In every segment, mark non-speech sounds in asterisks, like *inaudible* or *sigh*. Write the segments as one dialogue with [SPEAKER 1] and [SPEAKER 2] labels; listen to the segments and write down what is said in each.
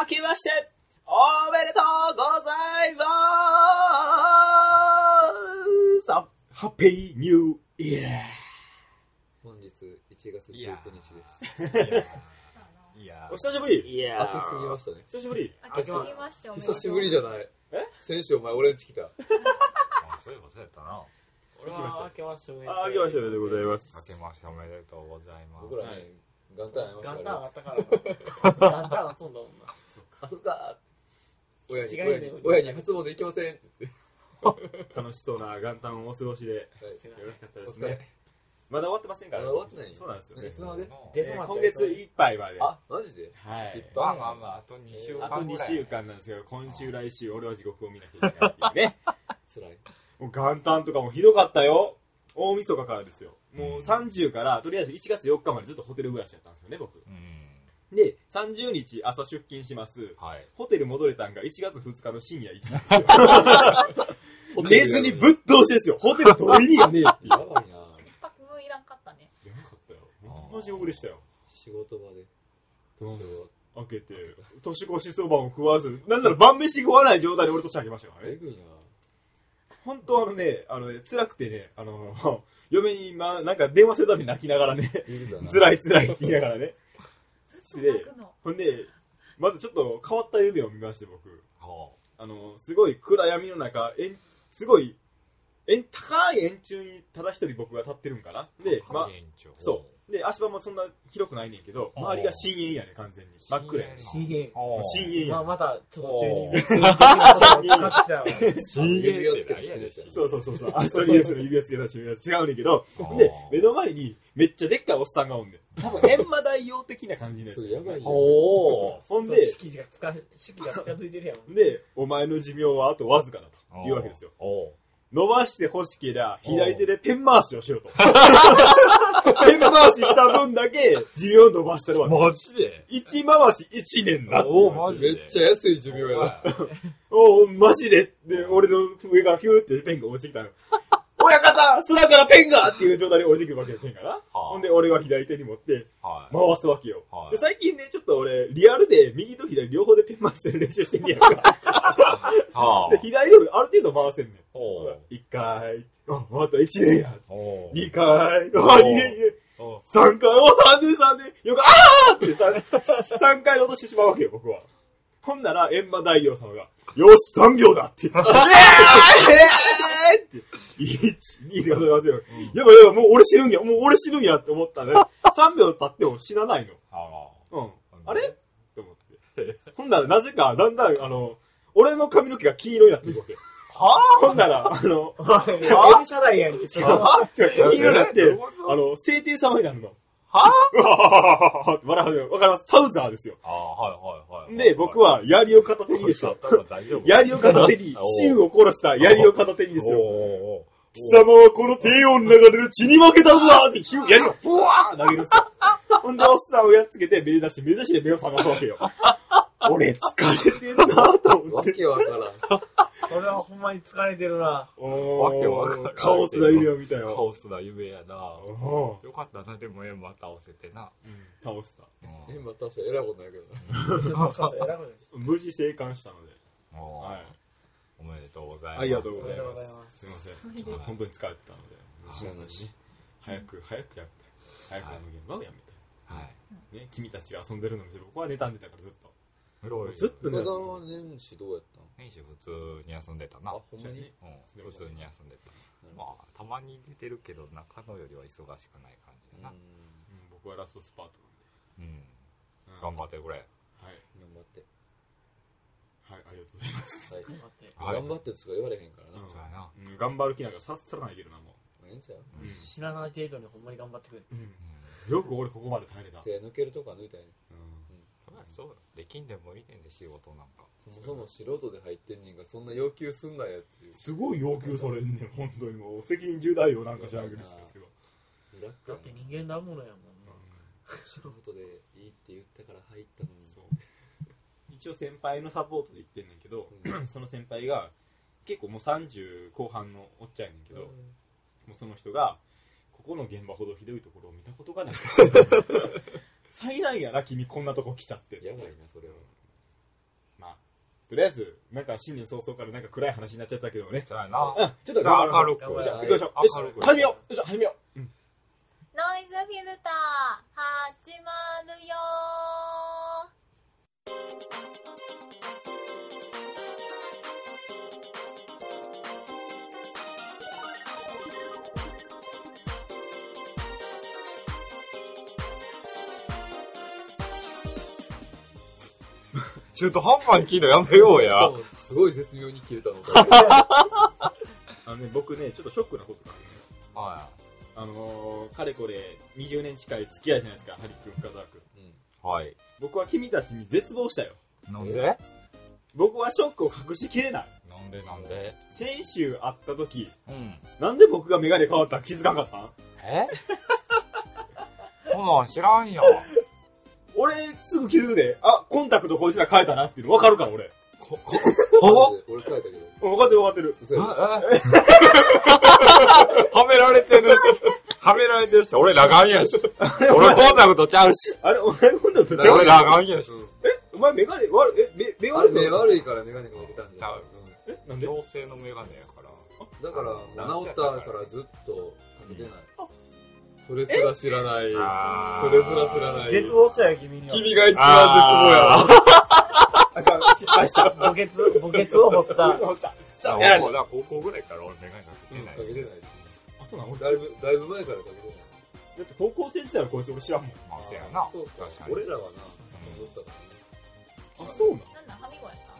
[SPEAKER 1] 明けまして、おめでとうございますさハッピーニューイヤ
[SPEAKER 2] 本日1月19
[SPEAKER 3] いや
[SPEAKER 2] 日です。
[SPEAKER 3] いや
[SPEAKER 1] ーお久しぶり
[SPEAKER 2] いやー。明けすぎましたね。
[SPEAKER 1] 久しぶり
[SPEAKER 4] 明けすぎましておめでとう
[SPEAKER 2] 久しぶりじゃない。
[SPEAKER 1] え
[SPEAKER 2] 先週お前俺んち来た。
[SPEAKER 3] あそういえばそうやったな。
[SPEAKER 5] 俺は明けましておめでとう
[SPEAKER 1] あ明けましておめでとうございま
[SPEAKER 3] 明け
[SPEAKER 1] す。
[SPEAKER 3] ましておめでとうございます。
[SPEAKER 2] 僕らね、元旦会いましたか
[SPEAKER 5] 元旦上
[SPEAKER 2] ら。
[SPEAKER 5] がった *laughs* からな。元旦遊んだもんな。
[SPEAKER 2] あ、そっかー。親に、
[SPEAKER 5] 違うよ
[SPEAKER 2] 親
[SPEAKER 5] ね
[SPEAKER 2] に、親に初詣行きません。はい
[SPEAKER 1] 楽しそうな元旦をお過ごしで、よろしかった
[SPEAKER 2] お
[SPEAKER 1] です
[SPEAKER 2] 疲れ
[SPEAKER 1] ね。。まだ終わってませんからね。
[SPEAKER 2] まだ終わってない
[SPEAKER 1] そうなんですよね
[SPEAKER 2] い。つまで
[SPEAKER 1] え
[SPEAKER 5] デ
[SPEAKER 1] ー
[SPEAKER 5] スマッチ
[SPEAKER 1] 今月いっぱいまで。は
[SPEAKER 2] あ、マジで
[SPEAKER 1] い。
[SPEAKER 2] ぱい
[SPEAKER 3] まあまあまあ、あと2週間ぐら
[SPEAKER 1] あ
[SPEAKER 3] い。
[SPEAKER 1] と2週間なんですけど、今週来週俺は地獄を見なきゃいけないっていうね。
[SPEAKER 2] 辛い。
[SPEAKER 1] もう元旦とかもひどかったよ。大晦日からですよ。もう30から、とりあえず1月4日までずっとホテル暮らしだったんですよね、僕。
[SPEAKER 3] うん。
[SPEAKER 1] で、30日朝出勤します。
[SPEAKER 3] はい。
[SPEAKER 1] ホテル戻れたんが1月2日の深夜1時。*laughs*
[SPEAKER 2] レ
[SPEAKER 1] 寝ずにぶっ通しですよ。ホテルどう意味がねえって *laughs* いう。
[SPEAKER 2] やばいなー
[SPEAKER 4] 一泊分いらんかったね
[SPEAKER 1] やばかったよ。ほんま地獄でしたよ。
[SPEAKER 2] 仕事場で。
[SPEAKER 1] どう
[SPEAKER 2] 年を
[SPEAKER 1] 開けて、年越しそばも食わず、なんなら晩飯食わない状態で俺年明けましたから
[SPEAKER 2] え
[SPEAKER 1] ね。
[SPEAKER 2] ぐいな
[SPEAKER 1] 本当あのね、あのね、辛くてね、あの、 *laughs* 嫁に、まあ、なんか電話するたびに泣きながらね、 *laughs*
[SPEAKER 2] ビビだな
[SPEAKER 1] 辛い辛いって言いながらね。
[SPEAKER 4] ずっと泣くの
[SPEAKER 1] ほんで、まずちょっと変わった夢を見まして、僕。
[SPEAKER 3] ほ
[SPEAKER 1] あの、すごい暗闇の中、えんすごい、円高い円柱にただ一人僕が立ってるんかな。
[SPEAKER 3] う。
[SPEAKER 1] で、
[SPEAKER 3] ま
[SPEAKER 1] ま、
[SPEAKER 3] そ
[SPEAKER 1] そう。で、足場もそんな広くないねんけど、
[SPEAKER 3] あー
[SPEAKER 1] 周りが深淵やね、完全に。真っ暗やね。
[SPEAKER 5] 深淵。
[SPEAKER 3] う。
[SPEAKER 1] 深淵や
[SPEAKER 5] まあ
[SPEAKER 1] ね。
[SPEAKER 5] また、ちょっと
[SPEAKER 3] お
[SPEAKER 5] 中二
[SPEAKER 1] 深
[SPEAKER 5] 病
[SPEAKER 1] 淵
[SPEAKER 5] かかってたわ。
[SPEAKER 3] 深
[SPEAKER 2] 指輪つけ
[SPEAKER 3] た
[SPEAKER 2] てしてるし
[SPEAKER 1] そうそうそうそう。あ、そうですね。指輪つけたし、指輪つけた違うねんけど
[SPEAKER 3] あー、
[SPEAKER 1] で、目の前にめっちゃでっかいおっさんがおんねん。多分、閻魔大王的な感じのや
[SPEAKER 2] そ
[SPEAKER 1] つ。
[SPEAKER 2] れやばいよ。
[SPEAKER 3] おー。
[SPEAKER 1] ほん
[SPEAKER 5] そ
[SPEAKER 1] で
[SPEAKER 5] う、式がつか、式が近づいてるやん。
[SPEAKER 1] で、お前の寿命はあとわずかだというわけですよ。
[SPEAKER 3] おー。
[SPEAKER 1] 伸ばして欲しけりゃ、左手でペン回しをしろと。 *laughs* ペン回しした分だけ、寿命を伸ばしてるわけ。
[SPEAKER 3] マジで
[SPEAKER 1] 一回し一年だ。
[SPEAKER 3] おー、マジ
[SPEAKER 2] め
[SPEAKER 3] で。
[SPEAKER 2] っちゃ安い寿命やな。
[SPEAKER 1] おお、マジで。で、俺の上からヒューってペンが落ちて *laughs* きたの。親方空からペンがっていう状態で降りてくるわけよ、ペンがな。 *laughs* ほんで、俺は左手に持って、
[SPEAKER 3] はい。
[SPEAKER 1] 回すわけよ。
[SPEAKER 3] はい
[SPEAKER 1] で、最近ね、ちょっと俺、リアルで右と左両方でペン回してる練習してんねやんか。
[SPEAKER 3] は
[SPEAKER 1] で、左でもある程度回せんねん。
[SPEAKER 3] おー。
[SPEAKER 1] 一回、あ、また一年や。
[SPEAKER 3] おー。
[SPEAKER 1] 二回、あ、二年、
[SPEAKER 3] おー
[SPEAKER 1] 三回、お、三年、三年、よく、あーって三三回落としてしまうわけよ、僕は。ほんなら、閻魔大王様が、よし、三秒だって。えーって。一、二でございますよ。やばいやばい、もう俺死ぬんや、もう俺死ぬんやって思った *laughs* ね。三秒経っても死なない
[SPEAKER 3] あ
[SPEAKER 1] の。うん。
[SPEAKER 3] ら
[SPEAKER 1] あれと思って。ほんなら、なぜか、だんだん、あの、俺の髪の毛が黄色になっていくわけ。
[SPEAKER 3] は
[SPEAKER 1] ほんなら、あの、
[SPEAKER 5] おい、電車代やんけ、しかも
[SPEAKER 1] 黄色になっ
[SPEAKER 3] どういう
[SPEAKER 1] て
[SPEAKER 3] こ、
[SPEAKER 1] あの、聖帝様になるの。
[SPEAKER 3] は
[SPEAKER 1] うわははははって笑い始める。わかります。サウザーですよ。
[SPEAKER 3] ああ、はいはいはい。
[SPEAKER 1] で、僕、は槍を片手にですよ。
[SPEAKER 3] 大丈夫
[SPEAKER 1] 槍を片手に、シを殺した槍を片手にですよ。
[SPEAKER 3] お
[SPEAKER 1] 貴様はこの低温流れる血に負けたんだって、ひゅ槍をふわー投げるんですよ。ほんで、おっさんをやっつけて、目出して、目出しで目を覚ますわけよ。俺、疲れてるなと思
[SPEAKER 2] わ
[SPEAKER 1] って。
[SPEAKER 2] けわからん。
[SPEAKER 5] それはほんまに疲れてるな。
[SPEAKER 1] お
[SPEAKER 3] わけわからん
[SPEAKER 1] カオスな指を見た
[SPEAKER 3] カ
[SPEAKER 1] よ。
[SPEAKER 3] オスな夢やな。よ
[SPEAKER 1] おー
[SPEAKER 3] かったな、でもエンマ倒せてな。
[SPEAKER 1] 倒した。
[SPEAKER 2] え、またしたらえらいことないけどな。
[SPEAKER 5] そうそう偉いことです
[SPEAKER 1] 無事生還したので。
[SPEAKER 3] お
[SPEAKER 1] はい。
[SPEAKER 3] おめでとうございます。
[SPEAKER 1] ありがとう
[SPEAKER 5] お
[SPEAKER 1] ご
[SPEAKER 5] め
[SPEAKER 1] ざ
[SPEAKER 5] で
[SPEAKER 1] い
[SPEAKER 5] とうご
[SPEAKER 1] ま
[SPEAKER 5] ざい
[SPEAKER 1] す。
[SPEAKER 5] ます。
[SPEAKER 1] すみません。ちょっと本当に疲れてたので。
[SPEAKER 2] 知らないし。
[SPEAKER 1] 早く、早くやめたい。早くあの現場をやめ
[SPEAKER 3] はい。
[SPEAKER 1] たい。ね、君たちが遊んでるのを見て、僕は妬んでたからずっ
[SPEAKER 3] うろう
[SPEAKER 1] と。
[SPEAKER 3] ろ
[SPEAKER 1] ずっと
[SPEAKER 2] 岡
[SPEAKER 1] ね
[SPEAKER 2] 田、は年始どうやったん
[SPEAKER 3] 年始普通に遊んでたな。
[SPEAKER 2] あ
[SPEAKER 3] うん、
[SPEAKER 2] ほんまに
[SPEAKER 3] 普通に遊んでた。まあ、たまに出てるけど、中野よりは忙しくない感じだな。
[SPEAKER 1] うん僕はラストスパート
[SPEAKER 3] うん。
[SPEAKER 1] なんで。
[SPEAKER 3] 頑張
[SPEAKER 1] っ
[SPEAKER 3] ってくれ。
[SPEAKER 1] はい。
[SPEAKER 2] 頑張って。
[SPEAKER 1] はい、ありがとうございます。
[SPEAKER 2] はい
[SPEAKER 5] 頑張って
[SPEAKER 3] はい
[SPEAKER 2] 頑張ってとしか言われへんからな。
[SPEAKER 1] うん
[SPEAKER 3] そうやな。
[SPEAKER 1] うん頑張る気なんかさっさらないけどな、も
[SPEAKER 2] まあええんちゃう
[SPEAKER 3] うん
[SPEAKER 5] 死なない程度にほんまに頑張ってくれ。
[SPEAKER 1] う。うん
[SPEAKER 3] うん
[SPEAKER 1] よく俺ここまで耐えれた。
[SPEAKER 2] 手抜けるとか抜いたらえ
[SPEAKER 1] うん
[SPEAKER 3] そりゃそうだできんでもいいねんで、仕事なんか。
[SPEAKER 2] えねんそもそも素人で入ってんねんが、そんな要求すんなよっていう。
[SPEAKER 1] すごい要求されんねん、本当にもう。責任重大よ、なんか知らんけどですけど。
[SPEAKER 2] ブラック
[SPEAKER 5] だ
[SPEAKER 2] や
[SPEAKER 5] っ
[SPEAKER 2] な
[SPEAKER 5] て人間だものやもん。
[SPEAKER 2] 素人でいいって言ったから入ったのに。
[SPEAKER 1] そう。一応先輩のサポートで言ってんねんけど、
[SPEAKER 2] う
[SPEAKER 1] *clears throat* その先輩が、結構もう30後半のおっちゃんやねんけど、
[SPEAKER 2] うん
[SPEAKER 1] もうその人が、ここの現場ほどひどいところを見た
[SPEAKER 3] *laughs*
[SPEAKER 1] ことがない。災難やな、君こんなとこ来ちゃって。
[SPEAKER 2] やばいな、それは。
[SPEAKER 1] とりあえず、なんか新年早々からなんか暗い話になっちゃったけどもね。
[SPEAKER 3] そうや
[SPEAKER 1] う
[SPEAKER 3] な。
[SPEAKER 1] ん、ちょっと
[SPEAKER 3] じゃあ明
[SPEAKER 1] よ
[SPEAKER 3] るく。
[SPEAKER 5] 頑張
[SPEAKER 1] い
[SPEAKER 5] ろう
[SPEAKER 1] しょ、
[SPEAKER 5] は
[SPEAKER 1] 行きまし
[SPEAKER 3] 明
[SPEAKER 1] ょう。よし
[SPEAKER 3] る、く
[SPEAKER 1] 始めよう。よし、始めよう。うん。
[SPEAKER 4] ノイズフィルター、始まるよ
[SPEAKER 3] 中途半端に聞いたらやめよう
[SPEAKER 2] *laughs* し
[SPEAKER 3] や。
[SPEAKER 2] か
[SPEAKER 3] は
[SPEAKER 2] も、すごい絶妙に
[SPEAKER 3] *laughs*
[SPEAKER 2] 切れたのか
[SPEAKER 1] あのね、僕ね、ちょっとショックなことがあるね。
[SPEAKER 3] い。
[SPEAKER 1] あのー、かれこれ20年近い付き合いじゃないですか、ハリ君、深澤君。
[SPEAKER 3] はい。
[SPEAKER 1] 僕は君たちに絶望したよ。
[SPEAKER 3] なん
[SPEAKER 2] で
[SPEAKER 3] で
[SPEAKER 1] 僕はショックを隠しきれない。
[SPEAKER 3] なんでなんで
[SPEAKER 1] 先週会った時、
[SPEAKER 3] うん。
[SPEAKER 1] なんで僕がメガネ変わったん気づかなかったん
[SPEAKER 3] え *laughs* ほな、知らんよ。
[SPEAKER 1] 俺、すぐ気づくで、あ、コンタクトこいつら変えたなっていうの分かるから、俺。
[SPEAKER 2] こ、こ、
[SPEAKER 3] ほ
[SPEAKER 2] 俺書いたけど。
[SPEAKER 1] 分かってる分かってる。
[SPEAKER 2] 嘘
[SPEAKER 3] ええ *laughs*
[SPEAKER 2] やろ
[SPEAKER 3] はめられてるし、はめられてるし、俺裸眼やし。俺コンタクトちゃうし。
[SPEAKER 1] あれ、お前こんなの
[SPEAKER 3] ち
[SPEAKER 1] ち
[SPEAKER 3] ゃ
[SPEAKER 1] ゃ
[SPEAKER 3] う
[SPEAKER 1] う
[SPEAKER 3] 俺裸眼やし。
[SPEAKER 1] お前メガネ悪い、え、目、目
[SPEAKER 2] あ
[SPEAKER 1] 悪
[SPEAKER 2] れ
[SPEAKER 1] くな
[SPEAKER 2] 目
[SPEAKER 1] い
[SPEAKER 2] 悪いからメガネかけたんじゃん。
[SPEAKER 1] え、なんで
[SPEAKER 3] 強制のメガネやから。
[SPEAKER 2] うんだから、もう治ったからずっとかけてない。それすら知らない。
[SPEAKER 3] あ
[SPEAKER 2] それすら知らない。
[SPEAKER 5] 絶望したよ、君には。
[SPEAKER 2] 君が一
[SPEAKER 3] あ
[SPEAKER 2] 番絶望や。
[SPEAKER 1] あかん、失敗した。
[SPEAKER 5] 墓穴、墓穴を掘 *laughs* った。
[SPEAKER 1] 落た。
[SPEAKER 3] だ
[SPEAKER 1] さ
[SPEAKER 3] *laughs* から
[SPEAKER 1] あ、
[SPEAKER 3] もうだから高校ぐらいから俺メガネかけて
[SPEAKER 2] か
[SPEAKER 3] ない
[SPEAKER 2] け。てない。
[SPEAKER 1] そうなの俺
[SPEAKER 2] だいぶ、だいぶ前からかけてない。
[SPEAKER 1] だって高校生時代はこいつ俺知らんもん。
[SPEAKER 3] まあ、せやな。
[SPEAKER 2] そうか
[SPEAKER 3] 確か。に。
[SPEAKER 2] 俺らはな、戻ったからね。
[SPEAKER 1] あ、そうなの
[SPEAKER 4] ーなんだ、ハミゴやった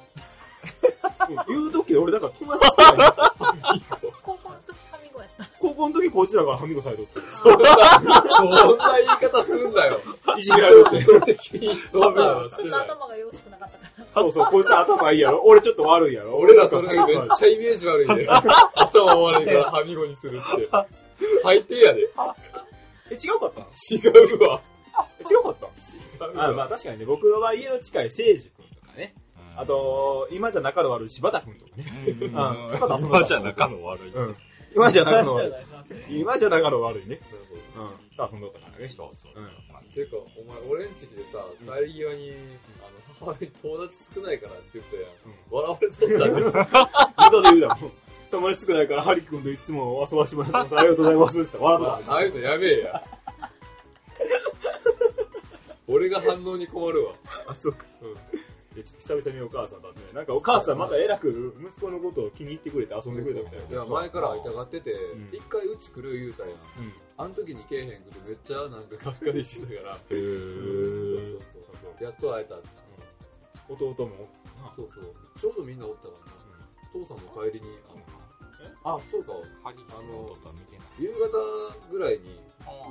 [SPEAKER 1] 言う時俺だから友達少ない
[SPEAKER 4] 高校の時ハミゴやった。
[SPEAKER 1] 高校の時こいつらからハミゴされとって。
[SPEAKER 2] そんな言い方するんだよ。
[SPEAKER 1] いじめられとって。
[SPEAKER 2] そんなのし
[SPEAKER 4] ちょ
[SPEAKER 2] て
[SPEAKER 4] っと
[SPEAKER 2] ない。
[SPEAKER 4] 頭がよろしくなかったから。
[SPEAKER 1] そうそう、こいつら頭いいやろ。俺ちょっと悪いやろ。
[SPEAKER 2] 俺らそれ
[SPEAKER 1] なん
[SPEAKER 2] めっ
[SPEAKER 1] か
[SPEAKER 2] ちゃイメージ悪いね。頭悪いから歯みごにするって。最低やで。
[SPEAKER 1] え、違うかった
[SPEAKER 2] 違うわ。
[SPEAKER 1] え違うかった
[SPEAKER 2] 違う
[SPEAKER 1] あまあ確かにね、僕は家の近い誠治君とかね。
[SPEAKER 3] うん
[SPEAKER 1] あ、と、今じゃ仲の悪い柴田君とかね。
[SPEAKER 3] うんうんうん
[SPEAKER 1] あ
[SPEAKER 3] 今じゃ仲の悪い。
[SPEAKER 1] うん。 *laughs* 今じゃ仲の
[SPEAKER 5] な
[SPEAKER 1] 悪
[SPEAKER 5] ん
[SPEAKER 1] い
[SPEAKER 5] じゃ。ないな
[SPEAKER 1] *laughs* 今じゃ仲の悪いね。
[SPEAKER 2] なるほど
[SPEAKER 1] うん。と遊んどったからね。
[SPEAKER 3] そうそうそう
[SPEAKER 1] うん
[SPEAKER 3] まあ
[SPEAKER 2] ていうか、お前、俺んちでさ、帰り際に、あの、母親に友達少ないからって言ったやん。
[SPEAKER 1] うん
[SPEAKER 2] 笑われとったよ。
[SPEAKER 1] 嘘で言うだもん。友達少ないから、ハリ君といつも遊ばしてもらってます。ありがとうございます。って笑っ *laughs*
[SPEAKER 2] あ
[SPEAKER 1] て
[SPEAKER 2] ああいうのやべえや。俺が反応に困るわ。
[SPEAKER 1] た。あ、そうか。うん。で、ちょっと久々にお母さんだってね。なんかお母さんまた偉く息子のことを気に入ってくれて遊んでくれたみたい
[SPEAKER 2] い
[SPEAKER 1] な。
[SPEAKER 2] や、前から会いたがってて
[SPEAKER 1] ん、
[SPEAKER 2] 一回うち来る言うたや
[SPEAKER 1] う
[SPEAKER 2] ん。
[SPEAKER 1] ん。
[SPEAKER 2] あの時にけえへんくてめっちゃなんかがっかりしてたから。
[SPEAKER 1] へ
[SPEAKER 2] そう
[SPEAKER 1] ー。
[SPEAKER 2] そうそう。やっと会えた。
[SPEAKER 1] 弟も。
[SPEAKER 2] そうそう。ちょうどみんなおったからな。父さんも帰りに、あ、あそうか。
[SPEAKER 3] ハリキのことは見てない。
[SPEAKER 2] 夕方ぐらいに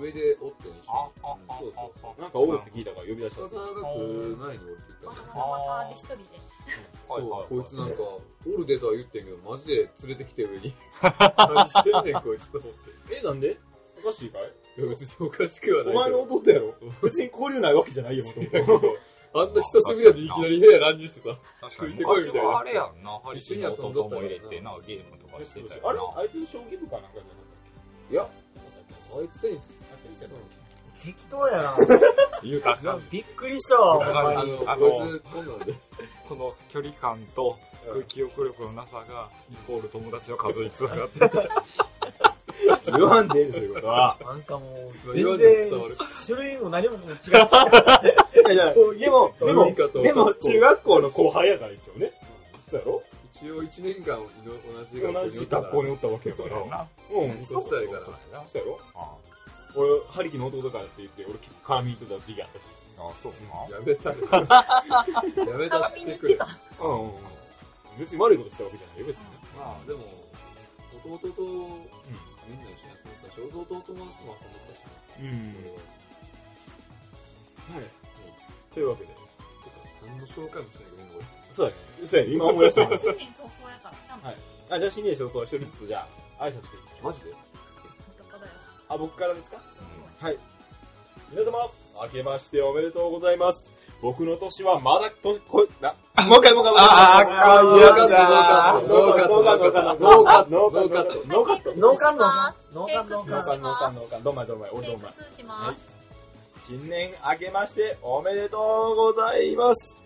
[SPEAKER 2] 上でおってんし。
[SPEAKER 3] あ、あ、あ、
[SPEAKER 2] うん
[SPEAKER 3] あ
[SPEAKER 2] そう、そう。
[SPEAKER 3] あ、
[SPEAKER 1] なんかおるって聞いたから呼び出した
[SPEAKER 2] 深
[SPEAKER 1] って。
[SPEAKER 2] 沢が来る前に俺って言
[SPEAKER 4] ま
[SPEAKER 2] ったた
[SPEAKER 4] ま
[SPEAKER 2] の。
[SPEAKER 4] たまたで一人で。
[SPEAKER 2] そ
[SPEAKER 3] はいうはい、
[SPEAKER 2] こいつなんか、おるでとは言ってんけど、マジで連れてきて
[SPEAKER 1] *laughs*
[SPEAKER 2] 上に。何してんねん、こいつと思って。
[SPEAKER 1] え、なんでおかしいかい
[SPEAKER 2] いや別におかしくはな
[SPEAKER 1] お
[SPEAKER 2] いけ
[SPEAKER 1] 前の
[SPEAKER 2] ど。
[SPEAKER 1] 弟やろ別に交流ないわけじゃ *laughs* ないよ、もともと。
[SPEAKER 2] あんな久しぶりやでいきなり部屋乱入してさ。
[SPEAKER 3] 確かに
[SPEAKER 2] ついてこいみ
[SPEAKER 3] 昔
[SPEAKER 2] たいな
[SPEAKER 3] はあれやんな、ハリキの弟も入れてな、ゲームとかしてた
[SPEAKER 1] あれ
[SPEAKER 3] よ
[SPEAKER 1] あいつ将棋部かなんかじゃなか
[SPEAKER 2] いや、あいつテニス
[SPEAKER 1] ったっけあテニスやったっけ
[SPEAKER 5] 適当やな。 *laughs*
[SPEAKER 3] な。いうか、
[SPEAKER 5] なんかびっくりしたわ、
[SPEAKER 3] あ
[SPEAKER 5] ほんま
[SPEAKER 2] あ
[SPEAKER 5] に。
[SPEAKER 2] の、
[SPEAKER 3] あの
[SPEAKER 2] こいつこんなんで。
[SPEAKER 3] この距離感と
[SPEAKER 1] うん
[SPEAKER 3] 記憶力のなさが、イコール友達の数につながってる。
[SPEAKER 1] 言わんでええということは。
[SPEAKER 5] なんかもう、
[SPEAKER 2] 言わん
[SPEAKER 5] 全
[SPEAKER 2] で伝
[SPEAKER 5] 然
[SPEAKER 2] わる、
[SPEAKER 5] 種類も何も違う。
[SPEAKER 1] いやいやでも、でも、でも中学校の後輩やから一応ね。そうやろ
[SPEAKER 2] 一応1年間の同じ学校におったから
[SPEAKER 1] 同じ学校におったわけやから。
[SPEAKER 3] そうやな。
[SPEAKER 1] うん、そ
[SPEAKER 2] そううしたらいいから。
[SPEAKER 3] そうやな。
[SPEAKER 1] やろ
[SPEAKER 3] あ
[SPEAKER 1] 俺、ハリキの弟からって言って、俺結構絡みに行ってた時期あったし。
[SPEAKER 3] あ、そうな。
[SPEAKER 2] や
[SPEAKER 1] *laughs*
[SPEAKER 2] めたれ。やめたっ
[SPEAKER 4] 鏡見
[SPEAKER 2] て
[SPEAKER 4] に行っ
[SPEAKER 2] く
[SPEAKER 4] て
[SPEAKER 2] れ。
[SPEAKER 4] た
[SPEAKER 2] ま。
[SPEAKER 1] うんうん。別に悪いことしたわけじゃないよ、別に。
[SPEAKER 2] あでも、弟とみんな一緒に遊んでたし、弟と友達とも遊んでたし、
[SPEAKER 1] うん
[SPEAKER 2] 俺は。
[SPEAKER 1] はい。というわけで。
[SPEAKER 2] とか何の紹介もしないけど、俺。
[SPEAKER 1] そうだね。そうやね。今思い出した。
[SPEAKER 4] 新年早々やから、ちゃんと。
[SPEAKER 1] はい *laughs* あ、じゃあ新年早々一人ずつじゃあ、挨拶していきましょ
[SPEAKER 2] マジで
[SPEAKER 4] どこだよ。
[SPEAKER 1] う。あ、僕からですか
[SPEAKER 4] そうそう。
[SPEAKER 1] はい。皆様、明けましておめでとうございます。僕の年はまだ年、こ、な、もう一回もう一回もう一回。
[SPEAKER 5] あー
[SPEAKER 1] もう一回
[SPEAKER 2] ノーカットノーカット
[SPEAKER 1] ノーカット
[SPEAKER 2] ノーカット
[SPEAKER 1] ノーカット
[SPEAKER 2] ノーカット
[SPEAKER 1] ノーカット
[SPEAKER 4] ノ
[SPEAKER 5] ノ
[SPEAKER 4] ー
[SPEAKER 5] ー
[SPEAKER 4] カ
[SPEAKER 5] カ
[SPEAKER 4] ンノーノーカン
[SPEAKER 5] ンノーノーカン
[SPEAKER 4] ノ
[SPEAKER 1] ノ
[SPEAKER 4] ー
[SPEAKER 5] ノー
[SPEAKER 4] カ
[SPEAKER 1] ーカ
[SPEAKER 4] ン
[SPEAKER 5] カン。
[SPEAKER 1] ンノーカンノーカンどんまいどんまい俺
[SPEAKER 4] テ
[SPEAKER 1] ど
[SPEAKER 4] イ
[SPEAKER 1] んまい
[SPEAKER 4] ク2します。
[SPEAKER 1] 新年明けましておめでとうございます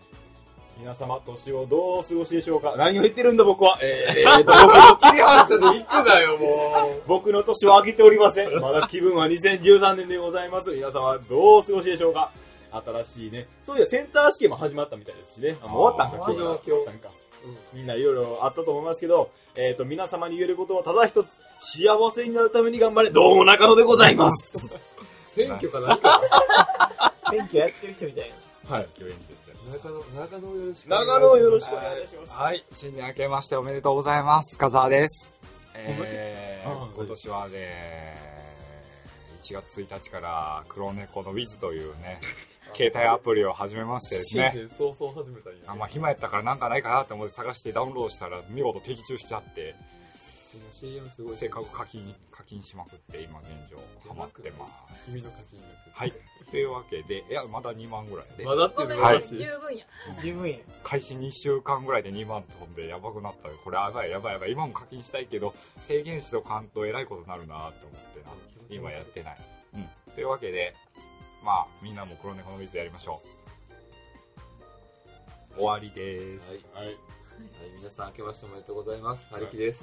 [SPEAKER 1] 皆様、年をどうお過ごしでしょうか何を言ってるんだ僕は。えー、えーと、
[SPEAKER 2] 切り離したで行くなよ、も
[SPEAKER 1] 僕の年は上げておりません。まだ気分は2013年でございます。皆様、どうお過ごしでしょうか新しいね。そういや、センター試験も始まったみたいですしね。あもう終わったんか、
[SPEAKER 2] あー
[SPEAKER 1] 今日は。
[SPEAKER 2] 終わ
[SPEAKER 1] 終わったんか。みんないろいろあったと思いますけど、えっ、と、皆様に言えることはただ一つ、幸せになるために頑張れ、どうも中野でございます。
[SPEAKER 2] う。選挙か何か。
[SPEAKER 5] 選挙やってる人みたいな。 *laughs*
[SPEAKER 3] はい、今日演説で
[SPEAKER 2] 中野、中野よろしく。
[SPEAKER 1] 中野をよろしくお願いします。
[SPEAKER 6] はい、新年明けましておめでとうございます。深澤です。
[SPEAKER 1] んだけ
[SPEAKER 6] え
[SPEAKER 1] あ
[SPEAKER 6] ー、今年はね、1月1日から黒猫の Wiz というね、 *laughs* 携帯アプリを始めましてです
[SPEAKER 2] 新
[SPEAKER 6] ね、
[SPEAKER 2] 年早々始めたんや。
[SPEAKER 6] あんま暇やったからなんかないかなって思って探してダウンロードしたら見事的中しちゃって、
[SPEAKER 2] 今 CM すごい。
[SPEAKER 6] せっかく課金、課金しまくって今現状ハマってます。
[SPEAKER 2] 君の課金額。
[SPEAKER 6] はい。というわけで、いや、まだ2万ぐらいで
[SPEAKER 2] ま、だって
[SPEAKER 4] ご
[SPEAKER 2] いう
[SPEAKER 4] めん
[SPEAKER 2] の
[SPEAKER 4] な
[SPEAKER 2] が
[SPEAKER 4] さ
[SPEAKER 2] お
[SPEAKER 4] い、
[SPEAKER 2] かしい
[SPEAKER 4] 十分や。
[SPEAKER 5] 十分や。
[SPEAKER 6] 開始2週間ぐらいで2万飛んでやばくなったこれやばいやばいやばい。今も課金したいけど、制限しとかんとえらいことになるなと思ってな。今やってない。うん。というわけで、まあ、みんなも黒猫の水やりましょう。終わりでーす。
[SPEAKER 2] はい。はい。皆さん明けましておめでとうございます。はりきです。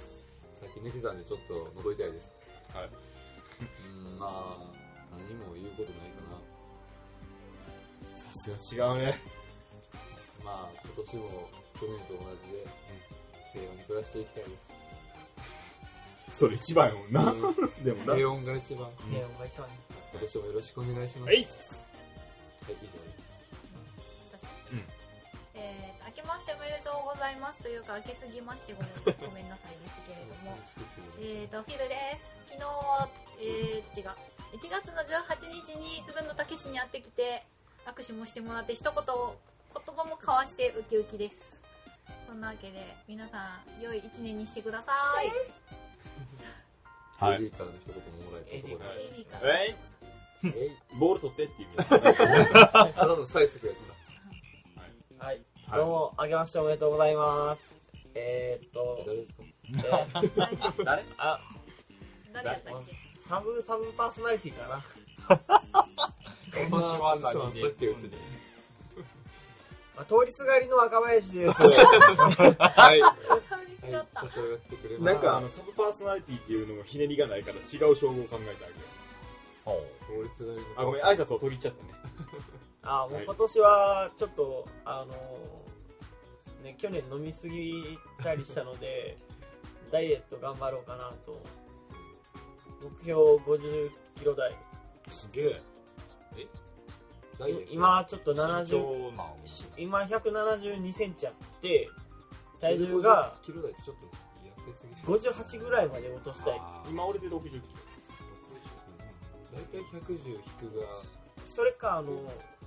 [SPEAKER 2] さっき寝てたんでちょっと覗いたいです。
[SPEAKER 3] はい。
[SPEAKER 2] うん、まあ、何も言うことないかな。
[SPEAKER 1] さすが違うね。
[SPEAKER 2] まあ、今年も去年と同じで、平穏に暮らしていきたいです。
[SPEAKER 1] それ一番やもんな。でも
[SPEAKER 2] 平
[SPEAKER 1] な。
[SPEAKER 2] 穏が一番。
[SPEAKER 5] ねお前ちゃんね。
[SPEAKER 2] 今年もよろしくお願いします。
[SPEAKER 1] はい。
[SPEAKER 2] はい、以上です。
[SPEAKER 4] 私
[SPEAKER 1] うん
[SPEAKER 4] えー、明けましておめでとうございますというか、明けすぎましてごめんごめんなさいですけれども。えーと、フィルです。昨日、えー、違う。1月の18日につぐのたけしに会ってきて、握手もしてもらって、一言、言葉も交わしてウキウキです。そんなわけで、皆さん、良い一年にしてください。
[SPEAKER 1] はい
[SPEAKER 2] エリーからの一言ももらえたところ
[SPEAKER 1] はい
[SPEAKER 2] で。
[SPEAKER 4] いいかな
[SPEAKER 1] え
[SPEAKER 2] え
[SPEAKER 1] い
[SPEAKER 2] い。
[SPEAKER 1] ボール取ってっていう意味。
[SPEAKER 2] あ、ただのサイズくやつ
[SPEAKER 5] はい。どうも、あげましておめでとうございます。えーっ
[SPEAKER 2] だ。
[SPEAKER 5] と、
[SPEAKER 2] 誰ですか
[SPEAKER 5] えー
[SPEAKER 4] 誰
[SPEAKER 5] *laughs* 誰あ、
[SPEAKER 4] 誰やったっけ
[SPEAKER 5] サブサブパーソナリティかな。
[SPEAKER 2] そん
[SPEAKER 3] なシワな
[SPEAKER 2] シ
[SPEAKER 3] 人
[SPEAKER 2] ワあっ
[SPEAKER 3] 間
[SPEAKER 2] たっていううちに。
[SPEAKER 5] まあ通りすがりの若林です。
[SPEAKER 3] はい。
[SPEAKER 4] 寂しか
[SPEAKER 2] は
[SPEAKER 4] っ
[SPEAKER 2] い、
[SPEAKER 4] た
[SPEAKER 2] 社。長やってくれま
[SPEAKER 1] *laughs* な
[SPEAKER 2] す。
[SPEAKER 1] んかあの、サブパーソナリティっていうのもひねりがないから違う称号を考えてあげよう。
[SPEAKER 2] 法律がいる
[SPEAKER 1] あ、ごめん、挨拶を取り入っちゃったね。
[SPEAKER 5] あもう今年はちょっと、あのーね、去年飲みすぎたりしたの *laughs* で、ダイエット頑張ろうかなと。目標50キロ台。
[SPEAKER 3] すげえ。
[SPEAKER 2] ダイエット
[SPEAKER 5] 今ちょっと70、
[SPEAKER 3] 身長なん
[SPEAKER 5] し今172センチあって、体重が
[SPEAKER 2] キロ台ってちょっと痩せすぎて
[SPEAKER 5] 58ぐらいまで落としたい。
[SPEAKER 3] あー
[SPEAKER 1] 今俺で60キロ。
[SPEAKER 2] 大体110引くが
[SPEAKER 5] それか、あの、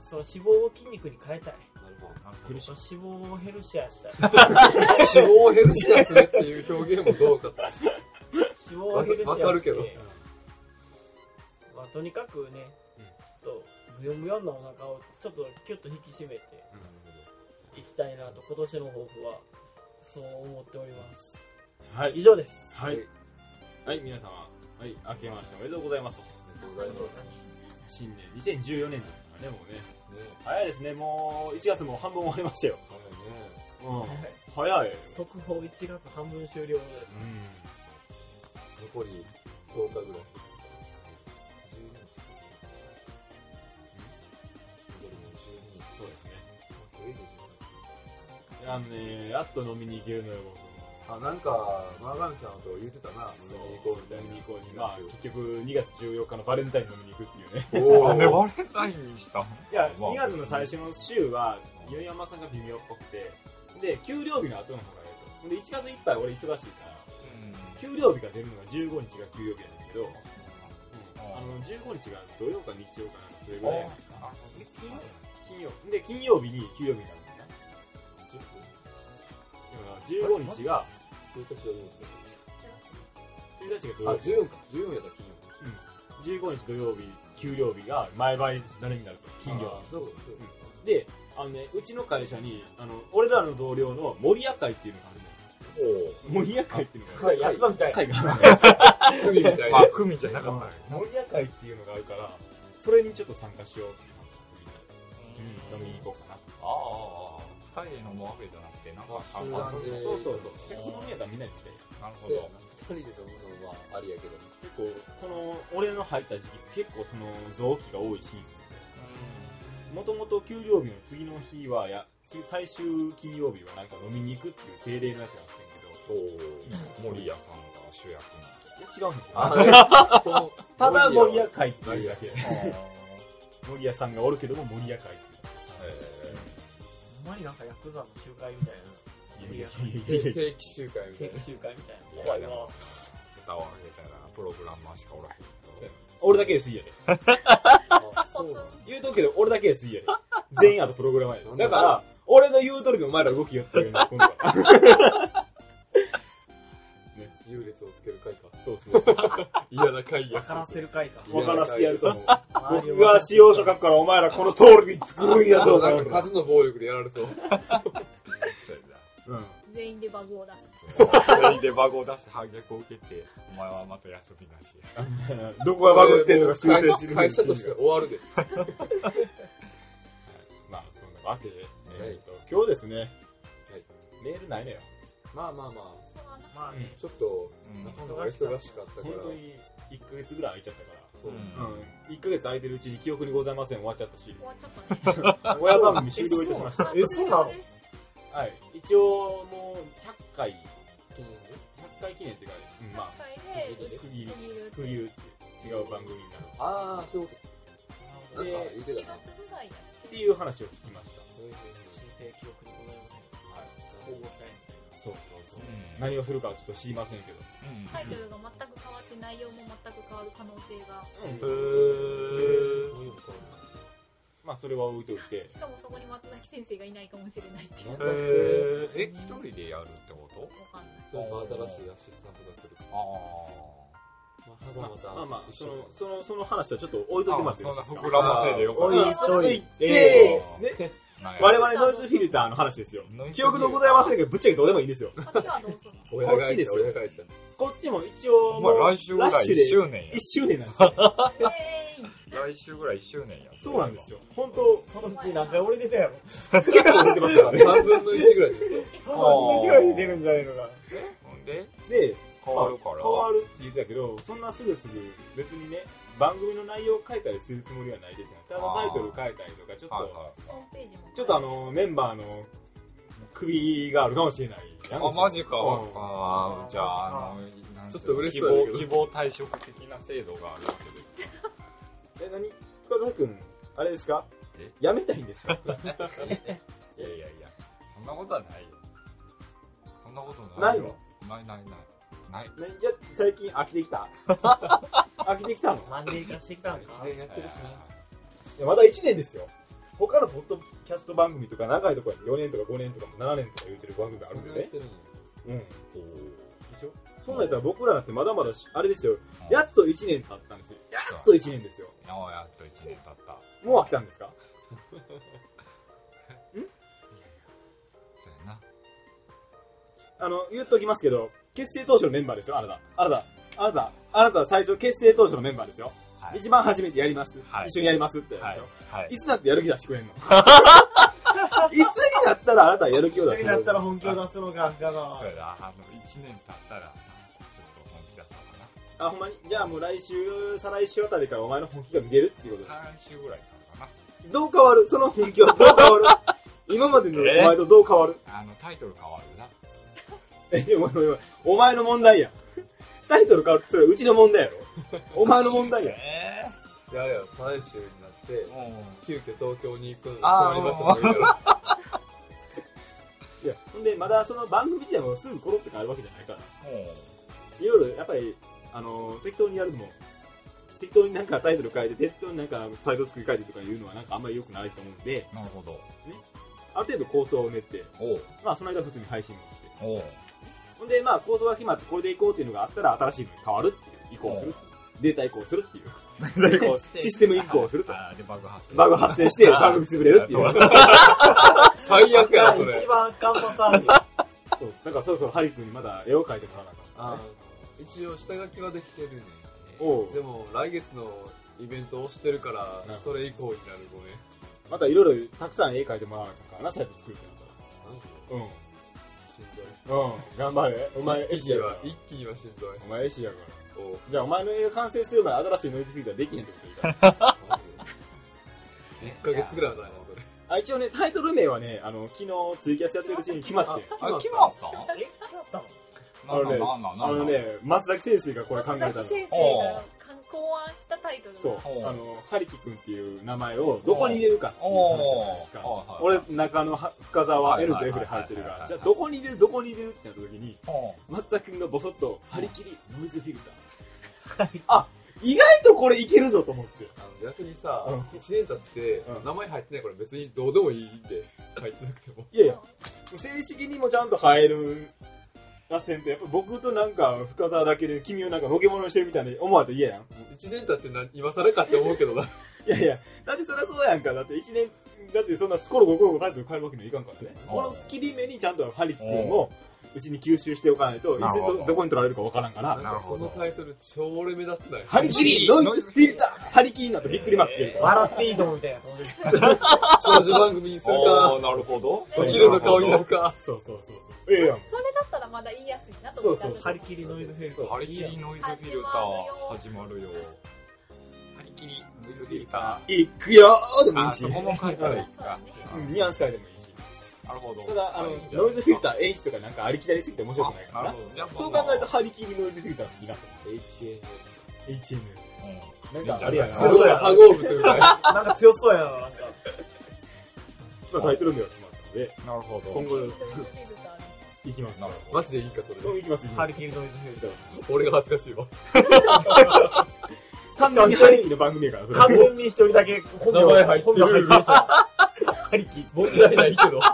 [SPEAKER 5] その脂肪を筋肉に変えたい。
[SPEAKER 2] なるほど
[SPEAKER 3] なるほ
[SPEAKER 5] 脂
[SPEAKER 3] ど
[SPEAKER 5] 肪をヘルシアした *laughs* い。脂
[SPEAKER 2] 脂肪をヘルシアするっていう表現もどうかと
[SPEAKER 5] 肪をヘルシア
[SPEAKER 2] わ
[SPEAKER 5] して。
[SPEAKER 2] かるけど
[SPEAKER 5] まあ、とにかくね、
[SPEAKER 1] うん
[SPEAKER 5] ちょっと、ぐよぐよなお腹をちょっとキュッと引き締めていきたいなと、今年の抱負は、そう思っております。
[SPEAKER 1] は
[SPEAKER 5] 以
[SPEAKER 1] い。
[SPEAKER 5] 上です。
[SPEAKER 1] はい。はい、皆様。はい、明けましておめでとうございますと。
[SPEAKER 2] ございます
[SPEAKER 1] 新年、2014年ですからね、もうね。
[SPEAKER 2] ね
[SPEAKER 1] 早いですね、もう、1月も半分終わりましたよ。
[SPEAKER 2] はいね
[SPEAKER 1] うん。 *laughs* 早い。うん。
[SPEAKER 5] 速報1月半分終了で、
[SPEAKER 2] 残り10日ぐらい
[SPEAKER 1] そうですね。あのね、やっと飲みに行けるのよ、僕
[SPEAKER 2] あ、なんか、マガミさんと言ってたな、
[SPEAKER 1] そう
[SPEAKER 2] 飲みに行こうみたいな。
[SPEAKER 1] 飲みに行こうに。まあ、結局、2月14日のバレンタイン飲みに行くっていうね。
[SPEAKER 2] お
[SPEAKER 6] なんで
[SPEAKER 2] ー
[SPEAKER 6] バレンタインにしたの
[SPEAKER 1] いや、
[SPEAKER 6] まあ
[SPEAKER 1] 2月の最初の週は、ゆうやまさんが微妙っぽくて、で、給料日の後の方がやると。で、1月いっぱい俺忙しいから、給料日が出るのが15日が給料日やねんけど、あの、15日が土曜か日曜かなんか、それぐらいやねんか。金曜。で、金曜日に給料日になるんだな。だから、15日が、1日が土
[SPEAKER 2] あ、
[SPEAKER 1] 曜日。
[SPEAKER 2] 14か。14やったら金曜。
[SPEAKER 1] 15日土曜日、給料日が前倍慣れになると。金曜
[SPEAKER 2] あーそうそう
[SPEAKER 1] 日。で、あのね、うちの会社に、あの、俺らの同僚の森屋会っていうのがあるのよ。森屋会っていうのがあ
[SPEAKER 2] は
[SPEAKER 1] る。
[SPEAKER 2] いはい
[SPEAKER 5] ヤクザみたい。
[SPEAKER 1] 会があるのよ
[SPEAKER 2] 海みたい
[SPEAKER 6] ま
[SPEAKER 2] な
[SPEAKER 6] あ、。組じゃなかった
[SPEAKER 1] うん森屋会っていうのがあるから、それにちょっと参加しようってなった
[SPEAKER 6] うん
[SPEAKER 1] 飲みに行こうかな。
[SPEAKER 3] ああ。
[SPEAKER 6] 人で飲むわけじゃなくて、なんか、
[SPEAKER 2] 集
[SPEAKER 6] あ
[SPEAKER 2] 団で。
[SPEAKER 1] そうそうそう。せっかく飲みやったらみんなで来て。
[SPEAKER 6] なるほ
[SPEAKER 2] そうや
[SPEAKER 6] ど。
[SPEAKER 2] な二人で飲むのはありやけど。
[SPEAKER 1] 結構、この、俺の入った時期、結構その、同期が多いシーン。もともと給料日の次の日はや、次最終金曜日はなんか飲みに行くっていう定例のやつがあってんけ
[SPEAKER 6] そう、森谷さんが主役
[SPEAKER 1] ど、いや違うんですよ。
[SPEAKER 2] あれその
[SPEAKER 1] ただ森屋会っていうだけ。
[SPEAKER 6] に。
[SPEAKER 1] 森屋さんがおるけども森屋会って
[SPEAKER 5] ほんまになんかヤクザの集会みたいな
[SPEAKER 1] いう。
[SPEAKER 5] いや
[SPEAKER 1] いやいやいやいや
[SPEAKER 2] 定定期集会みたい
[SPEAKER 5] 定
[SPEAKER 2] な
[SPEAKER 5] 期。集会みたいな
[SPEAKER 6] 怖いな
[SPEAKER 5] わ
[SPEAKER 6] 蓋を開けたら、プログラマーしかおらへん。
[SPEAKER 1] 俺だけですいいやで。
[SPEAKER 2] あそうなんだ
[SPEAKER 1] 言うとくけど、俺だけですいいやで。全員あとプログラマーやで。だから、俺の言う通りのお前ら動きよって言うの、今度は。
[SPEAKER 2] 優劣をつける会か。
[SPEAKER 1] そうそうそう。
[SPEAKER 6] 嫌な会や。
[SPEAKER 5] 分からせる会か
[SPEAKER 1] 分からせてやると思う。
[SPEAKER 5] 周りを
[SPEAKER 1] 僕が使用書書くからお前らこの通りに作るんやぞ、お前。
[SPEAKER 2] なんから数の暴力でやられそう。
[SPEAKER 6] そうやな
[SPEAKER 1] うん。
[SPEAKER 4] 全員でバグを出す。
[SPEAKER 6] 全員でバグを出して反逆を受けて、お前はまた休みなし。
[SPEAKER 1] どこがバグってんのか修正し
[SPEAKER 2] 会
[SPEAKER 1] る
[SPEAKER 2] 社会社として終わるで。
[SPEAKER 1] まあ、そんなわけで、えっと、今日ですね、メールないのよ。
[SPEAKER 2] まあまあま
[SPEAKER 5] まあね
[SPEAKER 2] あ、ちょっと、
[SPEAKER 6] うん
[SPEAKER 2] なかなか忙しかったか
[SPEAKER 1] 本
[SPEAKER 2] ら。
[SPEAKER 1] 当に1ヶ月ぐらい空いちゃったから。
[SPEAKER 2] そう
[SPEAKER 1] うん。1ヶ月空いてるうちに記憶にございません終わっちゃったし
[SPEAKER 4] 終、わっちゃったね。
[SPEAKER 1] 親番組終了いたしました。
[SPEAKER 5] えそうなの
[SPEAKER 4] 終了です
[SPEAKER 1] はい。一応、もう、100回、
[SPEAKER 2] 記念で
[SPEAKER 1] 100回記念っていうか、うん、まあ、
[SPEAKER 4] 今回で、
[SPEAKER 1] 区切り、
[SPEAKER 4] 区切る
[SPEAKER 1] 区切るっていう違う番組になる。
[SPEAKER 2] ああ、そういうこ
[SPEAKER 5] あ
[SPEAKER 2] と。
[SPEAKER 5] の
[SPEAKER 2] なん
[SPEAKER 1] で
[SPEAKER 2] か言って
[SPEAKER 4] 4
[SPEAKER 2] た
[SPEAKER 4] 月
[SPEAKER 2] な。
[SPEAKER 4] ぐらいだっ
[SPEAKER 1] っていう話を聞きました。
[SPEAKER 5] 新生記憶にございません
[SPEAKER 1] はい。
[SPEAKER 5] 交互期待みたいな
[SPEAKER 1] そうそうそう。何をするかはちょっと知りませんけど。
[SPEAKER 4] けタイトルが全く変わって内容も全く変わる可能性が。
[SPEAKER 1] まあ、それは置いといて。
[SPEAKER 4] しかもそこに松崎先生がいないかもしれないっていう。わ
[SPEAKER 2] なん
[SPEAKER 4] か
[SPEAKER 2] だっけ
[SPEAKER 6] え、一人でやるってこと
[SPEAKER 4] んない。
[SPEAKER 2] そうか新しいアシスタントが来る。
[SPEAKER 6] あ
[SPEAKER 2] ま
[SPEAKER 1] ま
[SPEAKER 2] あ、はだまた、
[SPEAKER 1] あ、まあまあ、そ
[SPEAKER 2] 一緒
[SPEAKER 1] の、その、その話はちょっと置いとい
[SPEAKER 6] あ。
[SPEAKER 1] ても
[SPEAKER 6] ま
[SPEAKER 1] ら
[SPEAKER 6] あ、
[SPEAKER 1] って
[SPEAKER 6] そんな
[SPEAKER 1] ですか
[SPEAKER 6] 膨らませでよか
[SPEAKER 1] 置い
[SPEAKER 6] っ
[SPEAKER 1] とい
[SPEAKER 6] え
[SPEAKER 1] て、ね、
[SPEAKER 6] た。なんや
[SPEAKER 1] 我々ノイズフィルターの話ですよ。記憶のございませんが、ぶっちゃけどうでもいいんですよ。
[SPEAKER 4] こっちはどうするの
[SPEAKER 2] 親
[SPEAKER 1] こっち
[SPEAKER 2] 会
[SPEAKER 1] で
[SPEAKER 2] 社、
[SPEAKER 1] すよ
[SPEAKER 2] 親会社。
[SPEAKER 1] こっちも一応、
[SPEAKER 6] お
[SPEAKER 1] もう
[SPEAKER 6] 前来週ぐらい
[SPEAKER 1] ラッシュで
[SPEAKER 6] 1周年や
[SPEAKER 1] 1。周年なんですよ。
[SPEAKER 4] えーい
[SPEAKER 6] 来週ぐらい1周年や。
[SPEAKER 1] そうなんですよ。本当
[SPEAKER 5] そのうち何回俺出たやろ
[SPEAKER 1] 結構出てますからね。
[SPEAKER 2] 3分の1ぐらいですよ。
[SPEAKER 5] そのうちぐらいで出るんじゃないのか
[SPEAKER 6] ほんで、
[SPEAKER 1] で、
[SPEAKER 6] 変わるから。
[SPEAKER 1] 変わるって言ってたけど、そんなすぐすぐ、別にね、番組の内容を変えたりするつもりはないですよ。ただタイトル変えたりとか、ちょっ
[SPEAKER 6] はい
[SPEAKER 1] と、
[SPEAKER 6] はい。
[SPEAKER 4] ホームページも。
[SPEAKER 1] ちょっとあ、の、メンバーの首があるかもしれない。
[SPEAKER 6] あ、マジか。
[SPEAKER 1] うん
[SPEAKER 6] あーじゃあ、あの、なんて
[SPEAKER 2] ち
[SPEAKER 6] い
[SPEAKER 2] ょっ
[SPEAKER 6] うの
[SPEAKER 2] と嬉し
[SPEAKER 6] 希
[SPEAKER 2] そうや
[SPEAKER 6] 望
[SPEAKER 2] けど、
[SPEAKER 6] 希望退職的な制度があるわけで。
[SPEAKER 1] え、何深澤くん、あれですか
[SPEAKER 6] え
[SPEAKER 1] やめたいん
[SPEAKER 6] *laughs*
[SPEAKER 1] ですか
[SPEAKER 6] いやいやいや、そんなことはないよ。そんなことな
[SPEAKER 1] ないい
[SPEAKER 6] よ
[SPEAKER 1] の。
[SPEAKER 6] ないないない。ない。
[SPEAKER 1] 何じゃ、最近飽きてき
[SPEAKER 6] *laughs*
[SPEAKER 1] た飽きてきたの
[SPEAKER 5] なマンデー化してきたんか
[SPEAKER 2] 一年やってるしな。
[SPEAKER 1] いやまだ1年ですよ。他のポッドキャスト番組とか長いところに4年とか5年とかも7年とか言うてる番組があ
[SPEAKER 2] そ
[SPEAKER 1] るん
[SPEAKER 2] ん
[SPEAKER 1] で
[SPEAKER 2] なやっ
[SPEAKER 1] ね。
[SPEAKER 2] てるの
[SPEAKER 1] うん。でしょそうなんやったら僕らなんてまだまだし、あれですよ。やっと1年経ったんですよ。やっと1年ですよ。
[SPEAKER 6] ああ、やっと一年経った。
[SPEAKER 1] もう飽きたんですか
[SPEAKER 6] そうやな。
[SPEAKER 1] あの、言っときますけど、結成当初のメンバーですよ、あなた。あなた。あなた。あなた最初、結成当初のメンバーですよ。
[SPEAKER 6] はい
[SPEAKER 1] 一番初めてやります。
[SPEAKER 6] はい
[SPEAKER 1] 一緒にやりますってやるでしょ、。
[SPEAKER 6] はい
[SPEAKER 1] つだってやる気出してくれんの *laughs* いつになったらあなたはやる気を出して
[SPEAKER 5] だけ
[SPEAKER 1] くれ
[SPEAKER 5] だ
[SPEAKER 1] る
[SPEAKER 5] ったら本気を出すのがガが
[SPEAKER 6] そうやな。あの、一年経ったら、ちょっと本気出そう
[SPEAKER 1] あ、ほんまにじゃあもう来週、再来週あたりからお前の本気が見れるっていうこと
[SPEAKER 6] かな。三週ぐらいか
[SPEAKER 1] *laughs* どう変わるその本気はどう変わる *laughs* 今までのお前とどう変わる *laughs*
[SPEAKER 6] な。あの、タイトル変わるな。
[SPEAKER 1] え、お前お前お前の問題や。タイトル変わるってそれはうちの問 *laughs* 題やろお前の問題や。
[SPEAKER 6] え
[SPEAKER 2] いやいや、最終になって
[SPEAKER 6] え、も
[SPEAKER 2] 急遽東京に行くの
[SPEAKER 6] あー
[SPEAKER 2] が決まりましたもん
[SPEAKER 1] いや、ほんでまだその番組自体もすぐコロって変わるわけじゃないから。
[SPEAKER 6] う、も
[SPEAKER 1] いろいろやっぱり、あの適当にやるのも、適当になんかタイトル変えて、適当になんかサイト作り変えてとかいうのはなんかあんまり良くないと思うんで、
[SPEAKER 6] う、なるほど。
[SPEAKER 1] ある程度構想を練って、
[SPEAKER 6] おう、
[SPEAKER 1] まあその間普通に配信もして。
[SPEAKER 6] おう、
[SPEAKER 1] ほんでまあ構想が決まってこれでいこうっていうのがあったら新しいのに変わるっていう、移行する。データ移行するっていう。システ *laughs* ム移行すると。
[SPEAKER 6] ああ、で、爆発。
[SPEAKER 1] バグ発生して番組潰れる *laughs* っていう。
[SPEAKER 2] 最悪やな、そ
[SPEAKER 5] 一
[SPEAKER 2] れ。
[SPEAKER 5] 番看板さんよ
[SPEAKER 1] *laughs* そう。だからそろそろハリ君にまだ絵を描いてもらわなあか
[SPEAKER 2] あ
[SPEAKER 1] んね。
[SPEAKER 2] ー一応下書きはできてるね。
[SPEAKER 1] おう
[SPEAKER 2] でも、来月のイベントをしてるから
[SPEAKER 1] なる、ほ
[SPEAKER 2] それ以降になる、ごめん。
[SPEAKER 1] またいろいろたくさん絵描いてもらわなあかんからな、そうやって作るってなったら。うん。うん。
[SPEAKER 2] しんどい。
[SPEAKER 1] 頑張れ。お前、絵師やから。
[SPEAKER 2] 一気にはしんど
[SPEAKER 1] *laughs*
[SPEAKER 2] い。
[SPEAKER 1] お前、絵師やから。
[SPEAKER 2] お
[SPEAKER 1] じゃあ、お前の映画完成する前、新しいノイズフィルターできへんってこといいから。
[SPEAKER 2] 1ヶ月ぐらいだよ、それ。
[SPEAKER 1] あ、一応ね、タイトル名はね、あの、昨日ツイキャスやってるうちに決まって。
[SPEAKER 6] あれ、決まった
[SPEAKER 5] え決まったの
[SPEAKER 1] あのね
[SPEAKER 6] なんなんな
[SPEAKER 1] あ
[SPEAKER 6] んな
[SPEAKER 1] の
[SPEAKER 6] んなん
[SPEAKER 1] ね、松崎先生がこれ考えたの
[SPEAKER 4] 松。崎先生が考案したタイトル
[SPEAKER 1] そう
[SPEAKER 6] ほう、
[SPEAKER 1] あの、ハリキ君っていう名前をどこに入れるかっていう話じゃないですか
[SPEAKER 6] おーはいは。い
[SPEAKER 1] 俺、中野は深沢
[SPEAKER 6] はい
[SPEAKER 1] L
[SPEAKER 6] は
[SPEAKER 1] と
[SPEAKER 6] い
[SPEAKER 1] F で入ってるか
[SPEAKER 6] はいはい
[SPEAKER 1] ら、
[SPEAKER 6] はい
[SPEAKER 1] じゃあどこに入れる、どこに入れるってなった時に、
[SPEAKER 6] うん
[SPEAKER 1] 松崎君がボソッと、張り切り、ノイズフィルター。 *laughs* あ、意外とこれいけるぞと思って。
[SPEAKER 2] あの逆にさ、
[SPEAKER 1] うん
[SPEAKER 2] 1年経って
[SPEAKER 1] う、ん
[SPEAKER 2] 名前入ってないから別にどうでもいいんで、入ってなくても。
[SPEAKER 1] いやいや、正式にもちゃんと入るらせんと、やっぱ僕となんか深沢だけで君をなんかのけ者にしてるみたいに思われて嫌やん。
[SPEAKER 2] 1年経ってな今更かって思うけどな。
[SPEAKER 1] いやいや、だってそりゃそうやんか。だって一年、だってそんなコロコロコロコロタイトル変えるわけにはいかんからね。
[SPEAKER 6] うん
[SPEAKER 1] この切り目にちゃんとハリ君をうちに吸収しておかないと、いつ
[SPEAKER 6] なるほど
[SPEAKER 1] どどこに取られるかわからんから。
[SPEAKER 2] なんかこのタイトル超俺目立ってない。
[SPEAKER 1] ハリキリ、ノイズフィルター、ハリキリになってびっくりマークつけるから。
[SPEAKER 5] 笑っていいと思うみたいな顔で。
[SPEAKER 2] 長寿番組にする
[SPEAKER 6] あ
[SPEAKER 2] か
[SPEAKER 6] ー、なるほど。
[SPEAKER 4] ー
[SPEAKER 2] お昼の顔になるか。
[SPEAKER 1] そうそうそうそう。ええやん。
[SPEAKER 4] それだったらまだ言いやすいなと思った
[SPEAKER 1] そうそう
[SPEAKER 5] 張り切りノイズフェルト。
[SPEAKER 6] 張り切りノイズフィルター始まるよ。張り切りノイズフィルタ
[SPEAKER 1] いくよーで
[SPEAKER 6] ー。
[SPEAKER 1] もいい
[SPEAKER 6] あ、
[SPEAKER 1] し。
[SPEAKER 6] そこも書いたらいいですか。
[SPEAKER 1] うんニュアンス変えてもいいし。
[SPEAKER 6] なるほど。
[SPEAKER 1] ただ、あの
[SPEAKER 6] いいん、じゃない
[SPEAKER 1] ノイズフィルター H とかなんかありきたりすぎて面白くないか
[SPEAKER 6] あな
[SPEAKER 1] ら
[SPEAKER 6] る
[SPEAKER 1] な。
[SPEAKER 6] ほどやっぱ
[SPEAKER 1] そう
[SPEAKER 6] ま
[SPEAKER 1] 考
[SPEAKER 6] あ
[SPEAKER 1] えると、ハリキリノイズフィルターいいなと思
[SPEAKER 2] HN。
[SPEAKER 1] う。HM。
[SPEAKER 6] うん
[SPEAKER 1] なんかあれやな。
[SPEAKER 2] すごい、ハゴーブというか。
[SPEAKER 5] なんか強そうやな、なんか。
[SPEAKER 1] まあタイトル名は決まったので、
[SPEAKER 6] なるほど。
[SPEAKER 1] 今後
[SPEAKER 4] ノイズフィルター
[SPEAKER 1] いきます。
[SPEAKER 6] なるほど。
[SPEAKER 2] マジでいいか、それ
[SPEAKER 1] うんいきます、いきま
[SPEAKER 5] 張
[SPEAKER 1] す
[SPEAKER 5] り。切りノイズフェルト。
[SPEAKER 2] 俺が恥ずかしいわ。
[SPEAKER 1] 完全にハリキリの番組やから、それ
[SPEAKER 5] 完全に一人だけ本
[SPEAKER 2] 名前入ってる
[SPEAKER 5] 本名入ってました。張り切り。
[SPEAKER 2] 問題ないけど。ま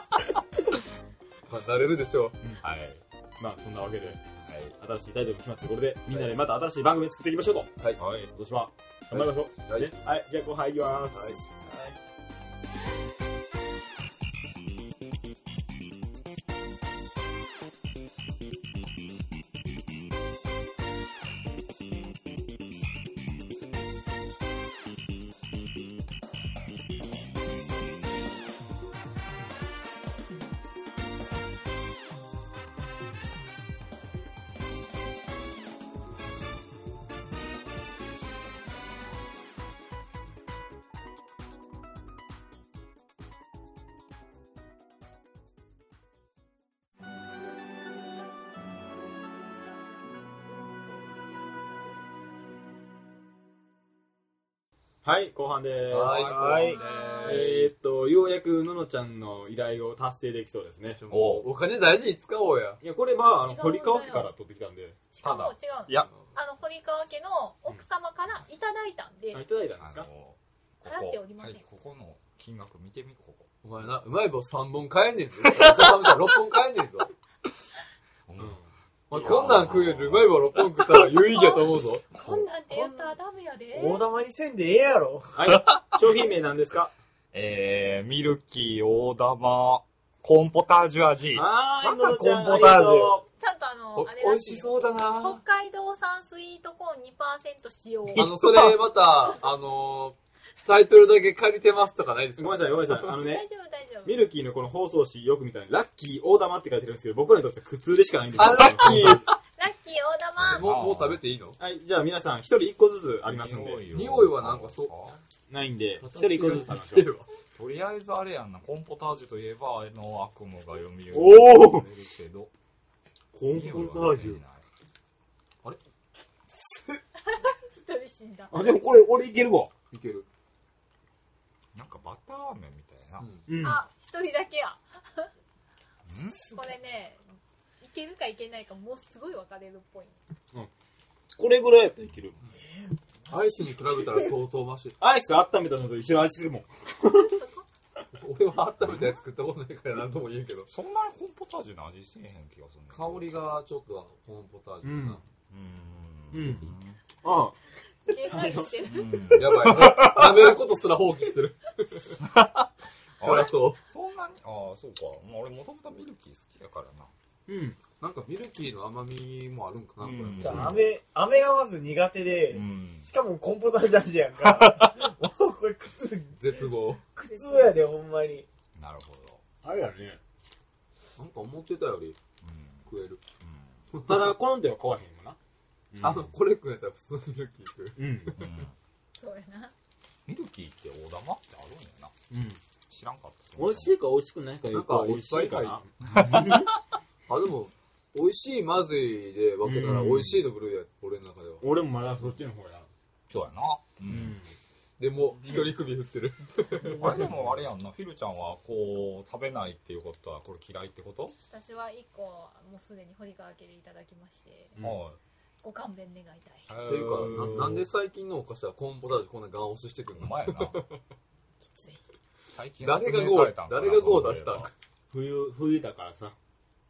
[SPEAKER 2] あ、慣れるでしょ
[SPEAKER 6] はい。
[SPEAKER 1] まあそんなわけで、新しいタイトルも決まってこれで、みんなでまた新しい番組作っていきましょうと。
[SPEAKER 6] はい。はい。
[SPEAKER 1] 今年は、頑張りましょう。
[SPEAKER 2] はい
[SPEAKER 1] ねはい、じゃあ後半いきます。
[SPEAKER 2] はい
[SPEAKER 1] はい、後半です。
[SPEAKER 2] はい
[SPEAKER 5] はい
[SPEAKER 1] えーっと、ようやくののちゃんの依頼を達成できそうですね。
[SPEAKER 2] う。おお金大事に使おうや。
[SPEAKER 1] いや、これは、あの、
[SPEAKER 4] 違うんだよ
[SPEAKER 1] 堀川家から取ってきたんで、
[SPEAKER 4] しかも違うの
[SPEAKER 6] いや
[SPEAKER 4] あの堀川家の奥様からいただいたんで、
[SPEAKER 1] あいただいたんで
[SPEAKER 6] あ
[SPEAKER 1] す
[SPEAKER 6] の
[SPEAKER 1] か、
[SPEAKER 6] こ
[SPEAKER 4] 払っており
[SPEAKER 6] こ、
[SPEAKER 4] ま
[SPEAKER 6] は
[SPEAKER 4] せん
[SPEAKER 6] い、ここの金額見てみ、ここ。
[SPEAKER 2] お前な、うまい棒3本買えんねんぞ。6本買えんねんぞ。
[SPEAKER 1] うん
[SPEAKER 2] お前こんなん食うよりうまい棒6本食ったら有意義やと思うぞ。
[SPEAKER 4] こんなんて言ったらダメやで
[SPEAKER 5] 大玉にせんでええやろ。
[SPEAKER 1] はい、商品名なんです
[SPEAKER 6] *laughs*
[SPEAKER 1] か
[SPEAKER 6] えー、ミルキー、大玉、コーンポタージュ味。
[SPEAKER 1] あー、
[SPEAKER 5] また
[SPEAKER 1] ののちゃん
[SPEAKER 5] コンポタージュ
[SPEAKER 1] ありがと
[SPEAKER 4] ちゃんとあの
[SPEAKER 2] お
[SPEAKER 4] あれ
[SPEAKER 2] 美
[SPEAKER 4] ら
[SPEAKER 2] 味
[SPEAKER 4] し
[SPEAKER 2] し
[SPEAKER 4] い
[SPEAKER 2] そ
[SPEAKER 4] よ
[SPEAKER 2] うだ
[SPEAKER 4] 北
[SPEAKER 2] な
[SPEAKER 4] 海道産スイートコーン2%使用
[SPEAKER 2] あの、それまた、あのー、タイトルだけ借りてますとかないです
[SPEAKER 1] う
[SPEAKER 2] か
[SPEAKER 1] ごめんなさい、ごめんなさい。あのね
[SPEAKER 4] 大、丈夫大丈夫
[SPEAKER 1] ミルキーのこの放送紙よく見たら、ラッキー大玉って書いてるんですけど、僕らにとっては苦痛でしかないんですよ。
[SPEAKER 2] あラッキー
[SPEAKER 4] ラッキー大玉
[SPEAKER 2] もう、もう食べていいの
[SPEAKER 1] はい、じゃあ皆さん、一人一個ずつありますので、
[SPEAKER 6] よ
[SPEAKER 2] 匂いはなんかそう
[SPEAKER 1] ないんで、一人一個ずつ食べましょ
[SPEAKER 2] て
[SPEAKER 1] う。
[SPEAKER 2] るわ。
[SPEAKER 6] とりあえずあれやんな、コーンポタージュといえば、あの悪夢が読み
[SPEAKER 1] おー
[SPEAKER 6] れるけど、
[SPEAKER 1] コン
[SPEAKER 6] 匂いは出ていない
[SPEAKER 4] 一人死んだ
[SPEAKER 1] あ、でもこれ、俺いけるわ。
[SPEAKER 2] いける。
[SPEAKER 6] なんかバター麺みたいな。
[SPEAKER 1] うん。
[SPEAKER 4] あ一人だけやこれねいけるかいけないかもうすごい分かれるっぽい
[SPEAKER 1] これぐらいやったらいける。
[SPEAKER 2] アイスに比べたら相当マシ。
[SPEAKER 1] アイス温めたのと一緒の味するもん。
[SPEAKER 2] 俺は温めたやつ作ったことないから何とも言うけど。
[SPEAKER 6] そんなにコーンポタージュの味せえへん気がするんだけ
[SPEAKER 2] 香
[SPEAKER 6] ど。
[SPEAKER 2] りがちょっとあのコーンポタージュか
[SPEAKER 6] う
[SPEAKER 1] う
[SPEAKER 6] ーん。
[SPEAKER 1] ん。あ
[SPEAKER 4] 限界して
[SPEAKER 6] う
[SPEAKER 4] る
[SPEAKER 6] ん。
[SPEAKER 2] な。やばいね。舐めることすら放棄 *laughs* してる。そ
[SPEAKER 6] あ
[SPEAKER 2] り *laughs*
[SPEAKER 6] れ
[SPEAKER 2] ゃそ
[SPEAKER 6] そんなにああ、そうか。まあ、俺もともとミルキー好きだからな。
[SPEAKER 1] うん。
[SPEAKER 2] う。なんかミルキーの甘みもあるんかな、これ。
[SPEAKER 6] うん
[SPEAKER 5] じゃあ、飴、飴がまず苦手で、
[SPEAKER 6] ん。
[SPEAKER 5] しかもコンポタージュ味やんか。もうこれ苦痛、
[SPEAKER 2] 絶望。
[SPEAKER 5] 苦痛やで、ほんまに。
[SPEAKER 6] なるほど。
[SPEAKER 1] あれやね。
[SPEAKER 2] なんか思ってたより食える。
[SPEAKER 1] ただ、コロンテは壊へんもんな。
[SPEAKER 6] うん
[SPEAKER 2] あ、これ食えたら普通のミルキー食える。
[SPEAKER 1] うん。
[SPEAKER 2] *laughs*
[SPEAKER 6] うん
[SPEAKER 4] そうやな。
[SPEAKER 6] ミルキーって大玉ってあるんやな。
[SPEAKER 1] うん。
[SPEAKER 6] 知らんかった。
[SPEAKER 1] 美味しいか美味しくないか言うと
[SPEAKER 2] なんか
[SPEAKER 1] 美味しいかな。
[SPEAKER 2] あ、でも、美味しい、まずいで分けたら
[SPEAKER 1] うん
[SPEAKER 2] 美味しいの部類や、俺の中では。
[SPEAKER 1] 俺もまだそっちの方やな。
[SPEAKER 6] そうやな。う。。
[SPEAKER 1] うん
[SPEAKER 2] でも、一人首振ってる。
[SPEAKER 6] あれでもあれやんな、フィルちゃんはこう、食べないっていうことは、これ嫌いってこと、
[SPEAKER 4] 私は一個、もうすでに堀川家でいただきまして、
[SPEAKER 1] うん
[SPEAKER 6] は
[SPEAKER 4] ご勘弁願いたい。
[SPEAKER 6] い。
[SPEAKER 2] と
[SPEAKER 6] と
[SPEAKER 2] いうかな、なんで最近のお菓子はコーンポタージュこんなガン押ししてくる
[SPEAKER 6] お
[SPEAKER 2] の
[SPEAKER 6] 前やな。
[SPEAKER 4] きつい。
[SPEAKER 6] 最近
[SPEAKER 2] 誰が
[SPEAKER 6] 発明
[SPEAKER 2] ゴ
[SPEAKER 6] さ
[SPEAKER 2] ー
[SPEAKER 6] れたん、かな
[SPEAKER 2] 誰がゴー出したん
[SPEAKER 1] 冬、冬だからさ。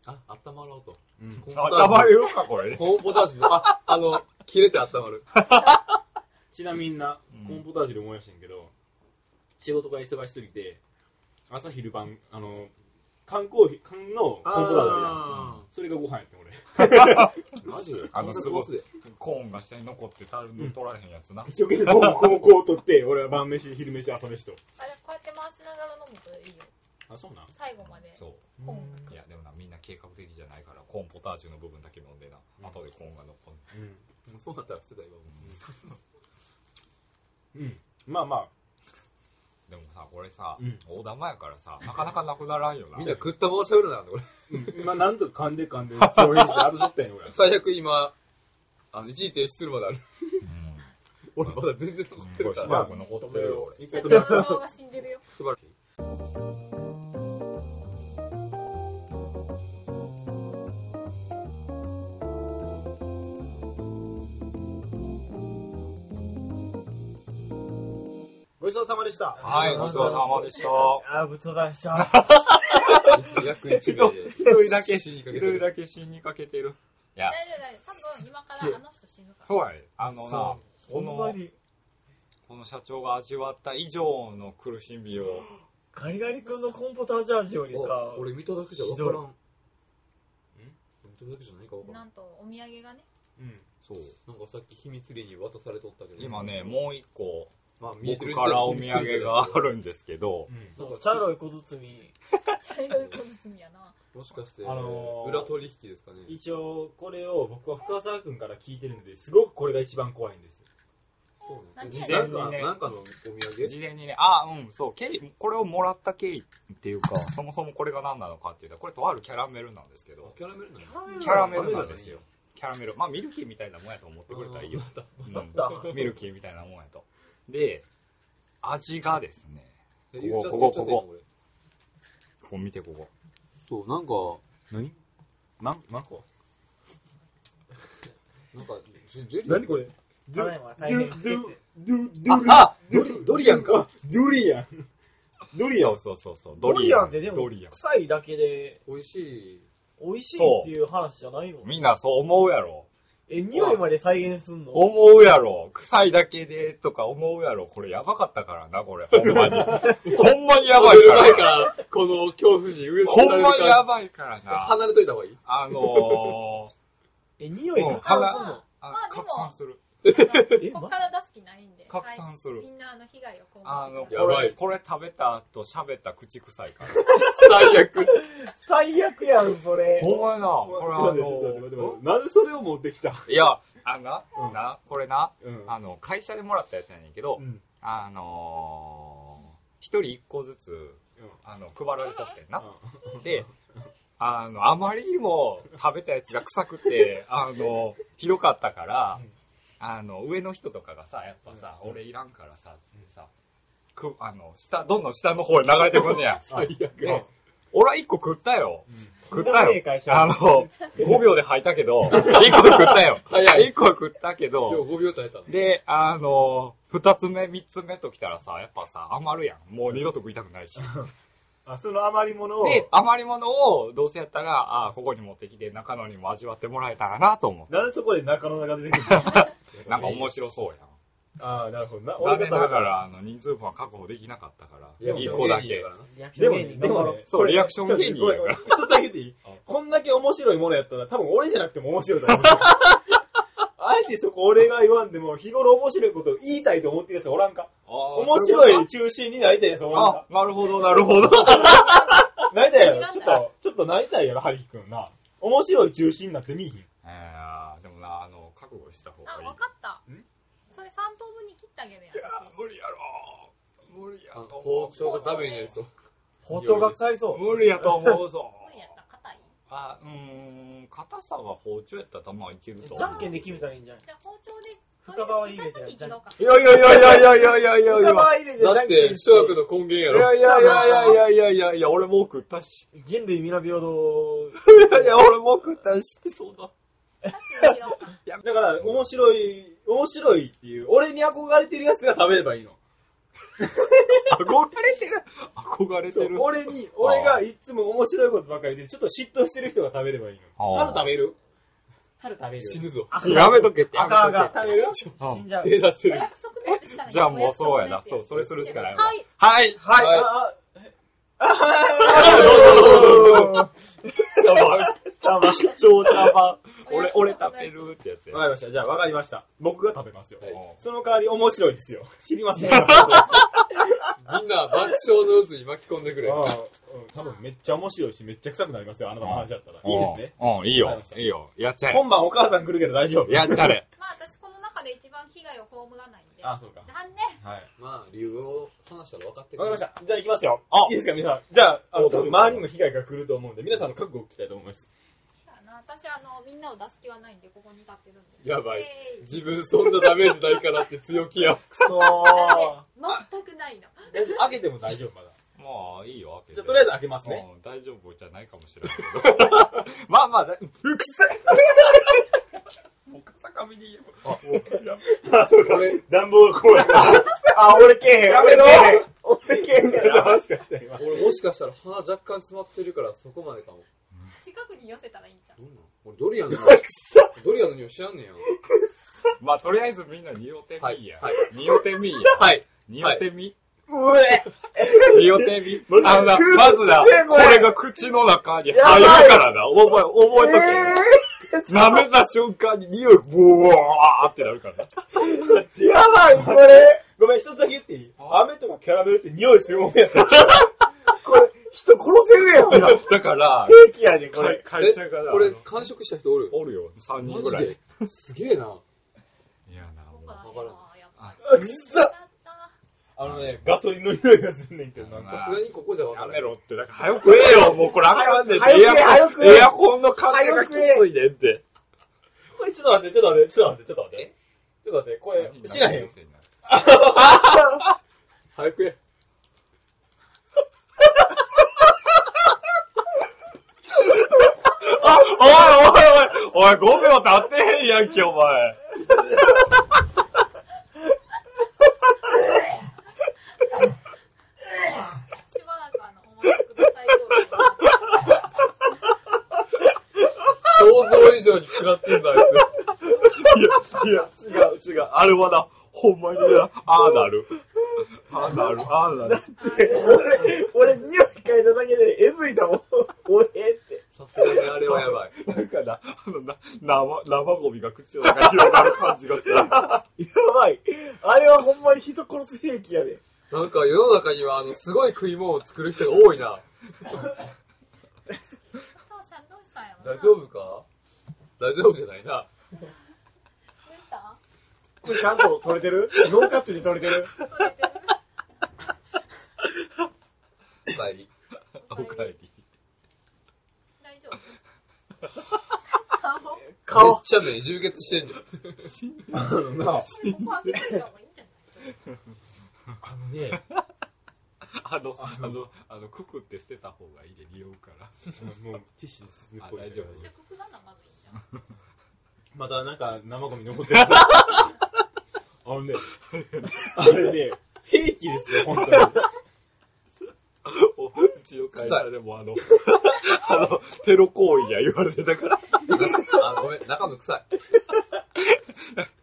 [SPEAKER 2] あ、温まろうと。
[SPEAKER 1] うん
[SPEAKER 2] コーンポタ
[SPEAKER 6] 頭
[SPEAKER 2] ージ
[SPEAKER 6] よか、これ
[SPEAKER 2] ュ。。コーンポタージュの、あ、あの、切れて温まる。
[SPEAKER 1] ちなみにな
[SPEAKER 6] うん、
[SPEAKER 1] コーンポタージュで思い出してんけど、仕事が忙しすぎて、朝昼晩、あの、缶コーヒー、缶のコーンポタージュあるやん。
[SPEAKER 2] あ
[SPEAKER 1] それがご飯やってん俺。
[SPEAKER 2] ーマジ
[SPEAKER 6] あのすごい
[SPEAKER 2] い。
[SPEAKER 6] コーンが下に残ってたる取られへんやつな。
[SPEAKER 1] 一生懸命コーン、コーンコーン取って、俺は晩飯、昼飯、朝飯と。
[SPEAKER 4] あれ、こうやって回しながら飲むといいよ。
[SPEAKER 1] あ、そうなん
[SPEAKER 4] 最後まで。
[SPEAKER 6] そう。
[SPEAKER 4] コーン
[SPEAKER 6] い
[SPEAKER 4] が来る
[SPEAKER 6] や、でもな、みんな計画的じゃないから、コーンポタージュの部分だけ飲んでな。
[SPEAKER 1] うん
[SPEAKER 6] 後でコーンが残る。
[SPEAKER 1] うん。
[SPEAKER 2] そうなったら捨てたよ。も
[SPEAKER 1] うん。まあまあ、
[SPEAKER 6] でもさ、これさ
[SPEAKER 1] うん、
[SPEAKER 6] 大玉やからさ、なかなかなくならんよな。
[SPEAKER 2] うみんな食ったまま喋るな、これ。
[SPEAKER 1] うん。まあ、なんとか噛んで噛んで、表現して、あるぞったよね、俺は。
[SPEAKER 2] 最悪今、あの、一時停止するまである。
[SPEAKER 6] うん
[SPEAKER 2] 俺まだ全然残っ
[SPEAKER 6] これ
[SPEAKER 2] てる
[SPEAKER 6] し
[SPEAKER 2] か
[SPEAKER 6] ば
[SPEAKER 2] ら。
[SPEAKER 6] らく残ってるよ、俺。
[SPEAKER 1] 一
[SPEAKER 4] 社
[SPEAKER 1] 回
[SPEAKER 4] 長
[SPEAKER 1] 止めよう
[SPEAKER 4] の顔が死んでるよ。
[SPEAKER 2] 素晴らしい。
[SPEAKER 1] *laughs* ごちそうさまでした。
[SPEAKER 6] はい、ごちそうさまでした。
[SPEAKER 5] あー、ぶつおだでした。
[SPEAKER 2] 約1名で。
[SPEAKER 6] 一人だけ
[SPEAKER 2] 死にかけ
[SPEAKER 6] い
[SPEAKER 2] て
[SPEAKER 6] ろいろ
[SPEAKER 2] る。
[SPEAKER 6] だけ死にかけてる。いや
[SPEAKER 4] 大、丈夫大丈夫。多分今からあの人死ぬから。
[SPEAKER 6] そうやねあのな、こ
[SPEAKER 5] ほんま
[SPEAKER 6] の、
[SPEAKER 5] に、
[SPEAKER 6] この社長が味わった以上の苦しみを、
[SPEAKER 5] ガリガリ君のコンポタージュ味よりか
[SPEAKER 2] あ、俺見ただけじゃ分からん。ん見ただけじゃないか分から。
[SPEAKER 4] なんんと、お土産がね。
[SPEAKER 1] うん。
[SPEAKER 6] そう。
[SPEAKER 2] なんかさっき秘密裏に渡されとったけど。
[SPEAKER 6] 今ね、もう一個、
[SPEAKER 2] まあ、見え
[SPEAKER 6] 僕
[SPEAKER 2] てる
[SPEAKER 6] からお土産があ
[SPEAKER 2] る。
[SPEAKER 6] るんですけど、
[SPEAKER 1] うん。
[SPEAKER 5] そう
[SPEAKER 2] なんか
[SPEAKER 5] 茶色い小包み。
[SPEAKER 4] 茶色い小包みやな。
[SPEAKER 2] もしかして、
[SPEAKER 1] あのー
[SPEAKER 2] 裏取引ですかね。
[SPEAKER 1] 一応、これを僕は深澤君から聞いてるんで、すごくこれが一番怖いんです。
[SPEAKER 2] そう
[SPEAKER 4] 何
[SPEAKER 2] ね。
[SPEAKER 4] 事
[SPEAKER 6] 前
[SPEAKER 2] な
[SPEAKER 6] に
[SPEAKER 2] ん
[SPEAKER 6] ね
[SPEAKER 2] か、なんかのお土
[SPEAKER 6] 事
[SPEAKER 2] 産
[SPEAKER 6] 前にね、あ、うん、そう、経緯、これをもらった経緯っていうか、そもそもこれが何なのかっていうと、これとあるキャラメルなんですけど、
[SPEAKER 2] キャラメルなの
[SPEAKER 6] キャラメルなんですよ。キャラメル。まあ、ミルキーみたいなもんやと思ってくれたらいいよ。うんミルキーみたいなもんやと。で、味がですね、
[SPEAKER 2] え
[SPEAKER 6] ここ
[SPEAKER 2] 言っちゃ
[SPEAKER 6] ここ
[SPEAKER 2] 言っちゃっていいの
[SPEAKER 6] こ
[SPEAKER 2] れ
[SPEAKER 6] こう見てここ。
[SPEAKER 2] そう、なんか、
[SPEAKER 1] 何何何個
[SPEAKER 2] なんか、ジュジュリアン
[SPEAKER 1] 何これ
[SPEAKER 5] ただいま大変不適切。
[SPEAKER 1] ドゥ、ド
[SPEAKER 2] あ
[SPEAKER 1] ゥ、
[SPEAKER 2] あドリドリアンか。
[SPEAKER 1] ドリアン。ドリア
[SPEAKER 6] そ
[SPEAKER 1] ン
[SPEAKER 6] う。そうそうそう。
[SPEAKER 5] ドリアンってで
[SPEAKER 6] ド
[SPEAKER 5] も
[SPEAKER 6] リアン。
[SPEAKER 5] 臭いだけで
[SPEAKER 2] 美味しい。
[SPEAKER 5] 美味しいっていう話じゃないの
[SPEAKER 6] みんなそう思うやろ。
[SPEAKER 5] え、匂いまで再現すんの
[SPEAKER 6] 思うやろ。臭いだけでとか思うやろ。これやばかったからな、これ。ほんまに。ほんまにやばいからな。
[SPEAKER 2] ら、この恐怖心、上
[SPEAKER 6] ほんまにやばいからな。
[SPEAKER 2] 離れといた方がいい
[SPEAKER 6] あの
[SPEAKER 5] え、匂い
[SPEAKER 6] か
[SPEAKER 5] が臭
[SPEAKER 6] な
[SPEAKER 5] すんの
[SPEAKER 4] ま
[SPEAKER 6] ー、あ
[SPEAKER 4] まあでも
[SPEAKER 6] 拡散する。
[SPEAKER 5] え
[SPEAKER 4] あ、こ
[SPEAKER 5] ま
[SPEAKER 4] っから出す気ないんで。
[SPEAKER 6] 拡散す
[SPEAKER 4] はい
[SPEAKER 6] る
[SPEAKER 4] み。んなあの被害をこう。
[SPEAKER 6] あの、こ
[SPEAKER 2] やば
[SPEAKER 6] れ、
[SPEAKER 2] い
[SPEAKER 6] これ食べた後喋った口臭いから。
[SPEAKER 2] 最悪。
[SPEAKER 5] 最悪やん、それ。
[SPEAKER 6] ほんまやな。これあ
[SPEAKER 1] 待って待って待って待っ
[SPEAKER 6] の
[SPEAKER 1] てなんでそれを持ってきた
[SPEAKER 6] ー、いや、あのな
[SPEAKER 1] う、ん
[SPEAKER 6] な、これな、
[SPEAKER 1] うん
[SPEAKER 6] あの、会社でもらったやつやねんけど
[SPEAKER 1] う、ん。
[SPEAKER 6] あのー、一人一個ずつ、あの、配られとってんな。で、あの、あまりにも食べたやつが臭くて、あの、ひどかったから、あの、上の人とかがさ、やっぱさ、俺いらんからさ、ってさ、く、あの、下、どんどん下の方へ流れてくんねや。
[SPEAKER 1] 最悪
[SPEAKER 6] で、俺は一個食ったよ。食
[SPEAKER 5] とん
[SPEAKER 6] っ
[SPEAKER 5] で
[SPEAKER 6] た
[SPEAKER 5] もねえ
[SPEAKER 6] よ。
[SPEAKER 5] 会社。
[SPEAKER 6] あの、5秒で吐いたけど、一個食ったよ。
[SPEAKER 2] 早い。
[SPEAKER 6] 一個食ったけど、
[SPEAKER 2] 今日5秒耐えたの。
[SPEAKER 6] で、あの、二つ目、三つ目ときたらさ、やっぱさ、余るやん。もう二度と食いたくないし。
[SPEAKER 1] あ、その余り物を、
[SPEAKER 6] で、余り物をどうせやったら、ああ、ここに持ってきて中野にも味わってもらえたらなと思
[SPEAKER 1] なんでそこで中野が出てくる
[SPEAKER 6] *laughs*
[SPEAKER 1] の
[SPEAKER 6] う。なんか面白そうやん。
[SPEAKER 1] ああ、なるほどな。
[SPEAKER 6] 残念なが
[SPEAKER 1] ら。
[SPEAKER 6] ら、あの、人数分は確保できなかったか
[SPEAKER 2] いや
[SPEAKER 6] ら、
[SPEAKER 2] もう
[SPEAKER 6] 一個だけ
[SPEAKER 2] 芸人や。からな
[SPEAKER 5] リアクシ
[SPEAKER 1] で
[SPEAKER 5] ョ
[SPEAKER 1] もね、で
[SPEAKER 5] ン芸人頑張ろ
[SPEAKER 1] も
[SPEAKER 5] う
[SPEAKER 1] ね、
[SPEAKER 6] そうリアクション芸人や
[SPEAKER 1] ちょっと
[SPEAKER 6] から
[SPEAKER 1] ごめんごめん一つだけ
[SPEAKER 6] *laughs*
[SPEAKER 1] でいいこんだけ面白いものやったら、多分俺じゃなくても面白いと思う。あえてそこ俺が言わんでも、日頃面白いことを言いたいと思ってるやつおらんか
[SPEAKER 6] 面
[SPEAKER 1] 面白い中心になりたいやつおらん
[SPEAKER 6] あ
[SPEAKER 1] か、
[SPEAKER 6] なるほど、なるほど。
[SPEAKER 1] なりたいやろちょっと、ちょっとなりたいやろ、ハリキ君な。面白い中心になってみいひん。
[SPEAKER 6] えー、でもな、あの、覚悟した方が
[SPEAKER 4] あ、
[SPEAKER 6] いい。
[SPEAKER 4] わかった
[SPEAKER 1] ん。
[SPEAKER 4] それ三等分に切ってあげるやん。私
[SPEAKER 6] 無理やろ無理や
[SPEAKER 2] あの
[SPEAKER 6] と
[SPEAKER 2] 包
[SPEAKER 6] 思。
[SPEAKER 2] 丁がダメになると。
[SPEAKER 5] 包丁が臭いうそ
[SPEAKER 6] 無理やと思うぞ。
[SPEAKER 4] 無理やったら硬い
[SPEAKER 6] あ、うーん、硬さが包丁やったらたまいけると
[SPEAKER 5] う。
[SPEAKER 6] 思う。
[SPEAKER 5] じゃんけんで決めたらいいんじゃない
[SPEAKER 4] じゃあ包丁で、
[SPEAKER 5] 深川入れて
[SPEAKER 4] とりあえず二つに切ろうか。
[SPEAKER 6] いやいやいやいやいやいやいやいやいや
[SPEAKER 5] 深。場入れてじ
[SPEAKER 2] だ
[SPEAKER 5] ゃ
[SPEAKER 2] っ
[SPEAKER 5] んけ
[SPEAKER 2] て、
[SPEAKER 5] ん
[SPEAKER 2] 諸悪の根源やろ。
[SPEAKER 6] いやいやいやいやいやいやいや、俺もう食ったし。
[SPEAKER 5] 人類皆平等。
[SPEAKER 6] いやいや、俺もう食ったし、そうだ。
[SPEAKER 4] 二つに切ろうか。
[SPEAKER 1] だから、面白い、面白いっていう、俺に憧れてるやつが食べればいいの。
[SPEAKER 6] 憧れてる。憧れ
[SPEAKER 1] そ
[SPEAKER 6] て
[SPEAKER 1] う
[SPEAKER 6] る。
[SPEAKER 1] 俺に、俺がいつも面白いことばっかりで、ちょっと嫉妬してる人が食べればいいの。
[SPEAKER 6] あー
[SPEAKER 1] 春食べる春食べる
[SPEAKER 2] 死ぬぞ。
[SPEAKER 6] やめとけって。
[SPEAKER 5] あかんあかん
[SPEAKER 1] 食べる
[SPEAKER 5] 死んじゃう。
[SPEAKER 2] 手出して
[SPEAKER 4] お
[SPEAKER 6] *laughs*
[SPEAKER 2] る。
[SPEAKER 4] 約束のやつしたね。
[SPEAKER 6] じゃあもうそうやな。
[SPEAKER 4] お
[SPEAKER 6] そ
[SPEAKER 4] 約
[SPEAKER 6] う、それするしか
[SPEAKER 4] 束の
[SPEAKER 6] な
[SPEAKER 4] や
[SPEAKER 6] い
[SPEAKER 4] つ
[SPEAKER 6] わ。
[SPEAKER 4] は
[SPEAKER 6] は
[SPEAKER 4] い。
[SPEAKER 6] い。
[SPEAKER 1] はい。
[SPEAKER 2] はい
[SPEAKER 1] あ
[SPEAKER 6] 茶番。茶番。超茶番。俺、
[SPEAKER 4] お
[SPEAKER 6] 俺
[SPEAKER 4] 約束
[SPEAKER 6] 食
[SPEAKER 4] の
[SPEAKER 6] べ
[SPEAKER 4] やつ。
[SPEAKER 6] るってやつ
[SPEAKER 1] あ
[SPEAKER 6] や
[SPEAKER 1] わ。かりました。じゃあ、わかりました。僕が食べますよ。
[SPEAKER 2] はい
[SPEAKER 1] その代わり面白いですよ。知りま *laughs* せん。うん
[SPEAKER 2] みんな爆笑の渦に巻き込んでくれ。
[SPEAKER 1] うん多分めっちゃ面白いし、めっちゃ臭くなりますよ。あなたの話だったら。いいですね。
[SPEAKER 6] うん。うん、いいよ。いいよ。やっちゃえ。
[SPEAKER 1] 今晩お母さん来るけど大丈夫。
[SPEAKER 6] やっちゃれ。
[SPEAKER 4] まあ私この中で一番被害を被らないんで。
[SPEAKER 1] あ、そうか。
[SPEAKER 4] 残念。
[SPEAKER 1] はい。
[SPEAKER 2] まあ、理由を話したら分かって。
[SPEAKER 1] わかりましたた。じゃあ行きますよ。
[SPEAKER 6] あ
[SPEAKER 1] いいですか、皆さん。じゃあ、あの、
[SPEAKER 2] お
[SPEAKER 1] 多分周りにも被害が来ると思うんで、皆さんの覚悟を聞きたいと思います。
[SPEAKER 4] そうやな私あの、みんなを出す気はないんで、ここに立ってるんで。
[SPEAKER 2] やばい。
[SPEAKER 4] えー
[SPEAKER 2] 自分そんなダメージないからって強気や。
[SPEAKER 5] くそー。
[SPEAKER 4] 全くないの。
[SPEAKER 1] 大丈夫開けても大丈夫、まだ。
[SPEAKER 6] まあ、いいよ。
[SPEAKER 1] *laughs* じゃあ、とりあえず
[SPEAKER 6] 開
[SPEAKER 1] 開けますね。
[SPEAKER 6] うん、大丈夫じゃないかもしれないけど。まあまあ、だ、くせえもう、笠上に言えば。あ、もう、や
[SPEAKER 2] 俺、
[SPEAKER 1] 暖房が怖い。
[SPEAKER 5] あ、俺けえへん。
[SPEAKER 1] やめろ
[SPEAKER 5] 俺けえへん。
[SPEAKER 1] 楽しかった、今。
[SPEAKER 2] 俺もしかしたら鼻若干詰まってるからそこまでかも。
[SPEAKER 4] 近くに寄せたらいいんじゃん。
[SPEAKER 2] どんなん俺ドリアンの、ドリアンの匂い知らんねんや。
[SPEAKER 6] まあ、とりあえずみんなにおてみや
[SPEAKER 2] はい。
[SPEAKER 6] におてみや。
[SPEAKER 2] はい。
[SPEAKER 6] におてみ
[SPEAKER 5] うえ
[SPEAKER 6] におてみあの *laughs* な、まずな、これが口の中に入るからな。覚え、覚えとけよ。舐めた瞬間に匂い、ブワーってなるからな。 *laughs*
[SPEAKER 5] やばい、これ。
[SPEAKER 1] *laughs* ごめん、一つだけ言っていい飴とかキャラメルって匂いするもん *laughs* やから。
[SPEAKER 5] これ、人殺せるやん。
[SPEAKER 6] いやだから、
[SPEAKER 5] 兵器やねん、これ。
[SPEAKER 6] 会社から、
[SPEAKER 2] これ、完食した人おる
[SPEAKER 6] おるよ、3人
[SPEAKER 2] マ
[SPEAKER 6] ぐ
[SPEAKER 2] ジ
[SPEAKER 6] らい
[SPEAKER 2] で。すげえな。
[SPEAKER 6] いやな、も
[SPEAKER 4] 僕
[SPEAKER 6] う
[SPEAKER 4] は
[SPEAKER 2] わからん
[SPEAKER 4] あやっぱ
[SPEAKER 1] *laughs* く
[SPEAKER 6] あ
[SPEAKER 1] っ
[SPEAKER 4] や
[SPEAKER 1] さ
[SPEAKER 4] った
[SPEAKER 1] あのね、ガソリンの匂いがすんねんけど、なん
[SPEAKER 2] さ
[SPEAKER 1] か。
[SPEAKER 2] すがにここじゃ分か
[SPEAKER 6] や
[SPEAKER 2] らん
[SPEAKER 6] めろって、だから早く食えよ、もうこれあかんねんって。エ
[SPEAKER 5] 早く
[SPEAKER 6] ア
[SPEAKER 5] 早
[SPEAKER 6] コ
[SPEAKER 5] く
[SPEAKER 6] ン、エアコンの風がきついねんって。
[SPEAKER 1] これちょっと待って、ちょっと待って、ちょっと待って、ちょっと待って。ちょっと待って、これ、知らへん。
[SPEAKER 2] 早くや。
[SPEAKER 6] あ、おいおいおい、おい、5秒経ってへんやんけ、お前。
[SPEAKER 4] しばらくあの、お待ちください状態で。
[SPEAKER 2] 想像以上に食らってんだ、あい
[SPEAKER 6] いや、いや、違う、違う。あれはな、ほんまにな、ああなる。ああなる、ああなる。
[SPEAKER 5] 俺、俺、匂い嗅いだだけで、えずいたもん。俺って。
[SPEAKER 2] つ。さすがにあれはやばい。
[SPEAKER 6] なんかな、あのな、生、生ゴミが口の中に広がる感じがする。
[SPEAKER 5] やばい。あれはほんまに人殺す兵器やで。
[SPEAKER 2] なんか世の中には、あの、すごい食い物を作る人が多いな。
[SPEAKER 4] 父さんどうしたんやろ
[SPEAKER 2] 大
[SPEAKER 4] な
[SPEAKER 2] 丈夫か大丈夫じゃないな。
[SPEAKER 4] どうした
[SPEAKER 5] これちゃんと取れてるノーカットに取れてる
[SPEAKER 4] 取れてる
[SPEAKER 2] 帰り。
[SPEAKER 6] おかえり。
[SPEAKER 4] 大丈夫
[SPEAKER 2] めっ
[SPEAKER 5] 顔。
[SPEAKER 2] ちゃね、充血してんねん。
[SPEAKER 4] ここ開けといた方がいいんじゃない
[SPEAKER 1] *laughs* あのね、
[SPEAKER 6] あの、あの、あの、くくって捨てた方がいいで、匂うから。
[SPEAKER 1] もう、ティッシュです。
[SPEAKER 6] あ大丈夫
[SPEAKER 4] じゃあ、ここなんだまずいいじゃん。
[SPEAKER 1] まだなんか生ゴミ残
[SPEAKER 6] *laughs*
[SPEAKER 1] ってる。あのね、あれね、兵器ですよ、本当に。
[SPEAKER 6] *laughs* おうちの会社でもあの、あの、テロ行為や言われてたから。
[SPEAKER 2] あ、ごめん、中の臭い。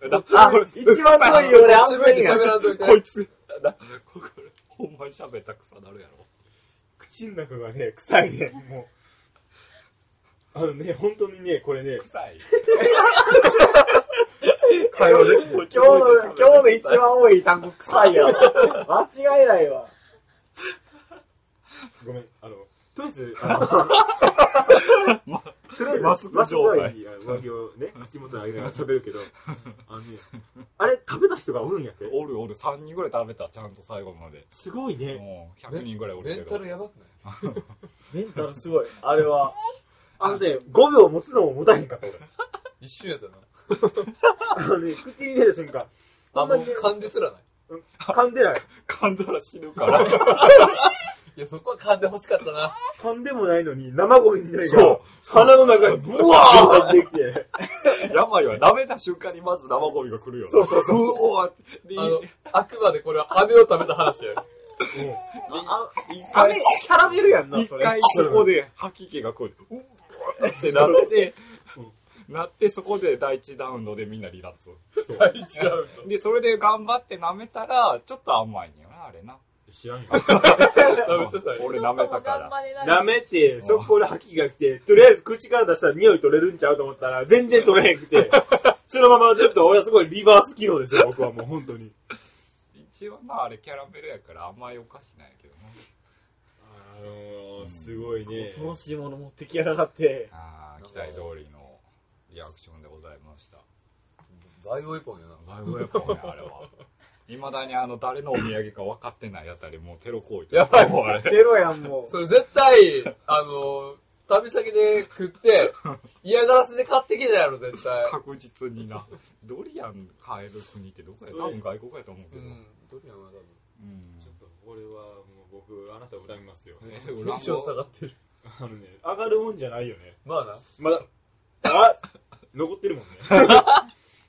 [SPEAKER 6] な
[SPEAKER 5] あ
[SPEAKER 6] これ、
[SPEAKER 5] 一番強いよ、俺、あん
[SPEAKER 2] 自
[SPEAKER 5] ま
[SPEAKER 2] 分で
[SPEAKER 5] りや
[SPEAKER 2] 喋。らんといて。
[SPEAKER 6] こいつ、な、これ、ほんまに喋ったくさなるやろ。
[SPEAKER 1] 口の中がね、臭いね、もう。あのね、本当にね、これね、
[SPEAKER 6] 臭い。
[SPEAKER 5] 今日の、今日の一番多い単語、臭いやろ。間違いないわ。
[SPEAKER 1] ごめん、あの、とりあえず、あのとりあえず、
[SPEAKER 6] マスク
[SPEAKER 1] マ
[SPEAKER 6] 状態
[SPEAKER 1] スク代わりに上着をね、口元に上げながら喋るけど、あのね、あれ食べた人がおるんやって。
[SPEAKER 6] おるおる、3人ぐらい食べた、ちゃんと最後まで。
[SPEAKER 1] すごいね。
[SPEAKER 6] もう100人ぐらいお
[SPEAKER 2] レ
[SPEAKER 6] る
[SPEAKER 2] ン
[SPEAKER 6] け
[SPEAKER 2] タ
[SPEAKER 6] ど
[SPEAKER 2] ル。やばくない
[SPEAKER 5] メンタルすごい。あれは。
[SPEAKER 1] あのね、5秒持つのも持たへんかった俺。
[SPEAKER 2] 一瞬やったな。
[SPEAKER 1] あのね、口に入れた瞬間、
[SPEAKER 2] あ、もう噛んですらない。
[SPEAKER 1] 噛んでない。
[SPEAKER 6] 噛んだら死ぬから。
[SPEAKER 2] いや、そこは噛んで欲しかったな。
[SPEAKER 1] 噛んでもないのに、生ゴミみたいな。
[SPEAKER 6] そう。
[SPEAKER 1] 鼻の中にブワーって入ってきて。
[SPEAKER 6] 病は舐めた瞬間にまず生ゴミが来るよ。そうそうそう。わーで
[SPEAKER 2] あの、あくまでこれは飴を食べた話やよ。
[SPEAKER 5] あ、
[SPEAKER 6] 一
[SPEAKER 5] あ
[SPEAKER 6] 回
[SPEAKER 5] れ、、キャラメルやんな、
[SPEAKER 6] 一
[SPEAKER 5] それ。
[SPEAKER 6] 回そこで吐き気が来る。うわーってなって、なってそこで第一ダウンドでみんな離脱。 *laughs*
[SPEAKER 2] 第一ラウン
[SPEAKER 6] で、それで頑張って舐めたら、ちょっと甘いんよな、あれな。
[SPEAKER 1] 知らんよ。
[SPEAKER 2] ド。食べてたよ。
[SPEAKER 6] 俺舐めたか
[SPEAKER 4] ちょ
[SPEAKER 6] ら。
[SPEAKER 4] っとも頑張れない
[SPEAKER 1] ダメって、そこで吐き気が来て、とりあえず口から出したら匂い取れるんちゃうと思ったら、全然取れへんく *laughs* て、そのままちょっと俺はすごいリバース機能ですよ、僕はもう本当に。
[SPEAKER 6] 一応な、あれキャラメルやから甘いお菓子なんやけどな。
[SPEAKER 1] あのー、すごいね。
[SPEAKER 5] 恐ろしいもの持ってきやがって。
[SPEAKER 6] あー期待通りのリアクションでございました。
[SPEAKER 2] バイオエポンやな。
[SPEAKER 6] だいぶやっぱね、あれは。いまだにあの、誰のお土産か分かってないあたり、もうテロ行為と
[SPEAKER 2] やばい
[SPEAKER 6] もうあれ。
[SPEAKER 5] 出ろやん、も
[SPEAKER 2] それ絶対、あの、旅先で食 *laughs* って、嫌がらせで買ってきたやろ、絶対。
[SPEAKER 6] 確実にな。ドリアン買える国ってどこや多分外国やと思う
[SPEAKER 2] う
[SPEAKER 6] けど。
[SPEAKER 2] ん。どれやな、多分。
[SPEAKER 6] うん
[SPEAKER 1] ちょっと、俺はもう僕、あなたを恨みますよ。
[SPEAKER 6] ね
[SPEAKER 2] テンション下がってる。
[SPEAKER 1] あのね、上がるもんじゃないよね。
[SPEAKER 2] *laughs* まあな、
[SPEAKER 1] ま *laughs* だ、あ残ってるもんね。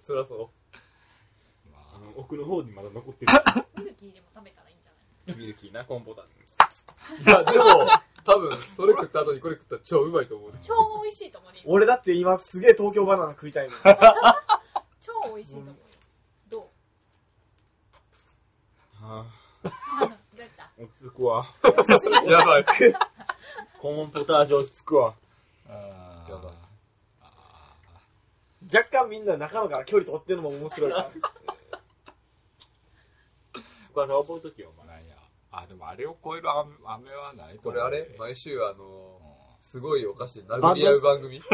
[SPEAKER 2] そりゃそ
[SPEAKER 1] あ
[SPEAKER 6] ま
[SPEAKER 1] の奥の方にまだ残って
[SPEAKER 4] ミルキーでも食べたらいいんじゃない
[SPEAKER 1] る。 *laughs* ミルキーな、コンポタン。
[SPEAKER 2] う。いや、でも、多分、それ食った後にこれ食ったら超うまいと思う。
[SPEAKER 4] 超美味しいと思うね
[SPEAKER 5] う。俺だって今すげえ東京バナナ食いたいの。
[SPEAKER 4] 超美味しいと思うよどう
[SPEAKER 1] は
[SPEAKER 4] あのどうやった
[SPEAKER 1] ぁ、落ち着く *laughs* わ。
[SPEAKER 6] あやばい。
[SPEAKER 1] コーンポタージュ落ち着くわ。
[SPEAKER 6] あー
[SPEAKER 2] やばい
[SPEAKER 5] *laughs* 若干みんな中野から距離取ってるのも面白いから。
[SPEAKER 1] お母さん覚えときよ、お前。
[SPEAKER 6] なんや。あ、でもあれを超える飴飴はない
[SPEAKER 2] これあれ
[SPEAKER 6] と思うね
[SPEAKER 2] 毎週あの
[SPEAKER 6] う、ん
[SPEAKER 2] すごいお菓子で殴り合う番 *laughs* 組も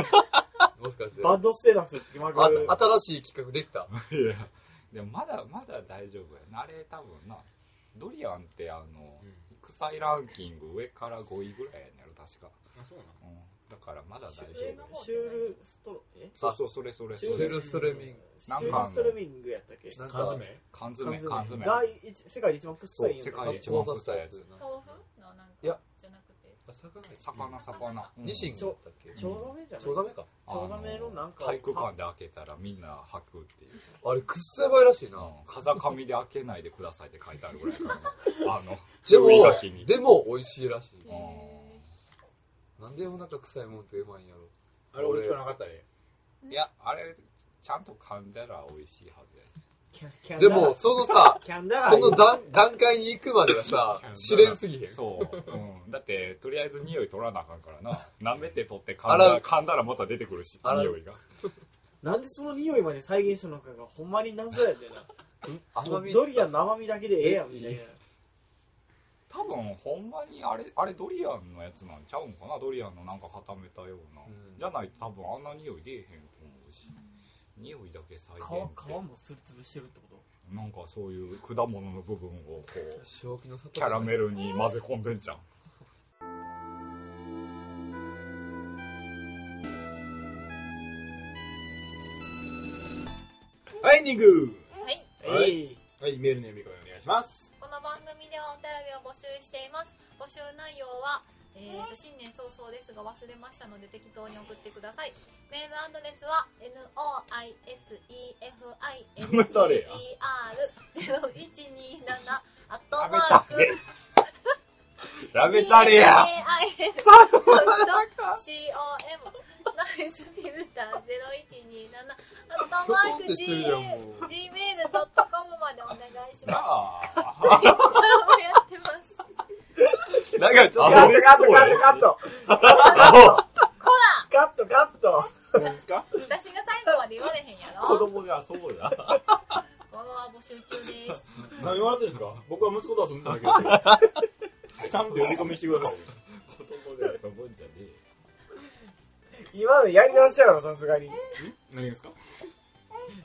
[SPEAKER 2] しかして。
[SPEAKER 5] *laughs* バッドステータスです、気まぐれ。
[SPEAKER 2] あ新しい企画できた。
[SPEAKER 6] いや、でもまだまだ大丈夫やな。あれ多分な、ドリアンってあの、臭いランキング上から5位ぐらいやねんやろ、確か。
[SPEAKER 1] あ、そうなの
[SPEAKER 6] うん。だからまだ大丈
[SPEAKER 4] 上の
[SPEAKER 6] 夫。
[SPEAKER 4] 方
[SPEAKER 5] シュールストロ、え
[SPEAKER 6] そうそう、それそれそ
[SPEAKER 2] シュー
[SPEAKER 6] れ。
[SPEAKER 2] ルストレミン
[SPEAKER 5] シュールストレミングやったっけ
[SPEAKER 2] グ。なん
[SPEAKER 1] 缶
[SPEAKER 2] か、
[SPEAKER 1] 詰
[SPEAKER 6] 缶詰、缶詰。
[SPEAKER 5] 第一、世界で一番
[SPEAKER 6] そ
[SPEAKER 5] 臭
[SPEAKER 6] う
[SPEAKER 5] いんや
[SPEAKER 6] 世
[SPEAKER 5] んか
[SPEAKER 6] 界で一番臭いやつ。
[SPEAKER 2] な。
[SPEAKER 4] 豆腐のなんか
[SPEAKER 2] いや
[SPEAKER 4] じゃなくて
[SPEAKER 2] あ、魚や
[SPEAKER 6] 魚、魚。うん
[SPEAKER 2] ニシンだったっけ
[SPEAKER 5] ちょうどめじゃない
[SPEAKER 2] ちょうだめか。
[SPEAKER 5] ちょうどめのなんか
[SPEAKER 6] 体育館で開けたらみんな吐くっていう。
[SPEAKER 2] あれ、くっさばいらしいな。
[SPEAKER 6] 風上で開けないでくださいって書いてあるぐらいから *laughs* な。あの、
[SPEAKER 2] で
[SPEAKER 6] 注意
[SPEAKER 2] も
[SPEAKER 6] 書き、に。
[SPEAKER 2] でも美味しいらしい。
[SPEAKER 4] へ
[SPEAKER 2] なんでお腹臭いもんってうまいんやろ。
[SPEAKER 1] あれ、美味しくなかったね。
[SPEAKER 6] いや、あれ、ちゃんと噛んだら美味しいはずや。
[SPEAKER 5] キャキャン
[SPEAKER 2] で
[SPEAKER 5] ダラ
[SPEAKER 2] も、、そのさ、
[SPEAKER 5] キャンダラ
[SPEAKER 2] その段段階に行くまでがさ、試練すぎへん。
[SPEAKER 6] そう。うん。だって、とりあえず匂い取らなあかんから *laughs* な。舐めて取って噛ん
[SPEAKER 2] 洗
[SPEAKER 6] だ
[SPEAKER 2] う
[SPEAKER 6] 噛んだらまた出てくるし、
[SPEAKER 2] 洗う
[SPEAKER 6] 匂いが。
[SPEAKER 5] なんでその匂いまで再現したのかがほんまに謎やでな。
[SPEAKER 2] 甘み。
[SPEAKER 5] ドリアンの甘みだけでええやん、みたいな。
[SPEAKER 6] 多分、ほんまにあれ、あれドリアンのやつなんちゃうんかなドリアンのなんか固めたような。
[SPEAKER 2] うん
[SPEAKER 6] じゃないと多分あんな匂い出えへんと思うし。匂いだけ再現
[SPEAKER 5] 皮、皮
[SPEAKER 6] っ
[SPEAKER 5] もすりつぶしてるってこ
[SPEAKER 6] て。なんかそういう果物の部分をこう、
[SPEAKER 2] *laughs* 正気の里
[SPEAKER 6] キャラメルに混ぜ込んでん
[SPEAKER 2] *laughs*
[SPEAKER 6] じゃん。
[SPEAKER 1] はい、エンディング
[SPEAKER 4] はい
[SPEAKER 5] と
[SPEAKER 1] はい
[SPEAKER 5] い。
[SPEAKER 1] はい、メールの読み込みお願いします。
[SPEAKER 4] この番組ではお便りを募集しています募集内容は、えー、と新年早々ですが忘れましたので適当に送ってくださいメールアドレスは
[SPEAKER 6] 誰
[SPEAKER 4] NOISEFINER0127 アット
[SPEAKER 6] や
[SPEAKER 4] マ
[SPEAKER 6] め
[SPEAKER 4] ー
[SPEAKER 6] た
[SPEAKER 4] ク
[SPEAKER 6] れやめたれや
[SPEAKER 4] COM ノイズフィルター0127アットマーク Gmail.com までお願いし
[SPEAKER 6] な *laughs*
[SPEAKER 4] ます *laughs*
[SPEAKER 2] *laughs*
[SPEAKER 6] あ。
[SPEAKER 4] ツイッターもやってます
[SPEAKER 6] なんかちょっと
[SPEAKER 5] カッ
[SPEAKER 6] 嬉し
[SPEAKER 5] トカッ
[SPEAKER 6] そう
[SPEAKER 5] トカ
[SPEAKER 6] や
[SPEAKER 5] ッ
[SPEAKER 6] ね
[SPEAKER 5] トカット
[SPEAKER 4] こら
[SPEAKER 5] カットカット
[SPEAKER 1] 何です *laughs* か
[SPEAKER 4] 私が最後まで言われへんやろ
[SPEAKER 6] 子供がそう
[SPEAKER 1] *laughs*
[SPEAKER 6] だ。
[SPEAKER 4] フォロワー募集中です。
[SPEAKER 1] 何笑 *laughs* ってるんですか僕は息子と遊んでただけですよ。ちゃんと読み込みしてください。
[SPEAKER 6] 子供だよ
[SPEAKER 5] 今のやり直したやろ、さすがに。
[SPEAKER 1] 何ですか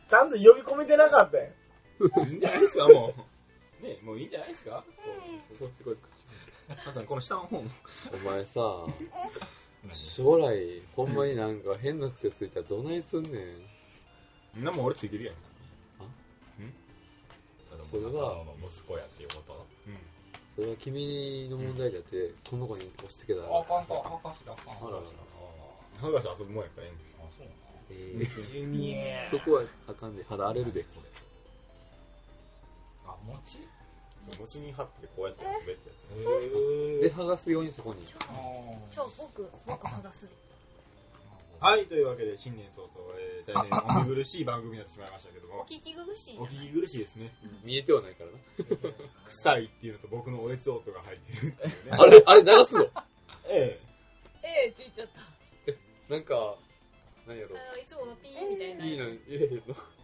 [SPEAKER 5] ちゃんと呼び込めてなかったよ。
[SPEAKER 1] いいんじゃないですか、もう。ねもういいんじゃないですかこっちこっち。母さん、この下の方も。
[SPEAKER 2] お前さ、将来、ほんまになんか変な癖ついたらどないすんねん。
[SPEAKER 1] みんなもう俺ついてるやん。
[SPEAKER 2] それは、
[SPEAKER 6] の息子やっていうこと
[SPEAKER 2] それは君の問題だって、この子に押し付けたら。
[SPEAKER 6] あかんか、あかんしだ、あかん
[SPEAKER 2] あら
[SPEAKER 1] 歯がさ、遊ぶもんやからね。
[SPEAKER 2] えー
[SPEAKER 5] いや
[SPEAKER 2] そこはあかんで、肌荒れるで。
[SPEAKER 6] あ、餅
[SPEAKER 1] 餅に貼ってこうやって遊べってやつ。
[SPEAKER 2] で、剥がすようにそこ
[SPEAKER 4] *laughs*
[SPEAKER 2] に。
[SPEAKER 4] 超、超僕、僕剥がすで。
[SPEAKER 1] はい、というわけで、新年早々、えー、大変お見苦しい番組になってしまいましたけど
[SPEAKER 4] お
[SPEAKER 1] も、
[SPEAKER 4] 聞き苦しいじゃ
[SPEAKER 1] お
[SPEAKER 4] ない
[SPEAKER 1] 聞き苦しいですね。
[SPEAKER 2] 見えてはないからな。
[SPEAKER 1] 臭いっていうのと僕のおえつ音が入ってる。
[SPEAKER 2] あれ、あれ流すの
[SPEAKER 1] え
[SPEAKER 4] ええって言っちゃった。
[SPEAKER 2] なんか、なんやろ。
[SPEAKER 4] あのいつものピーみたいな。
[SPEAKER 2] いいのに入れへんの。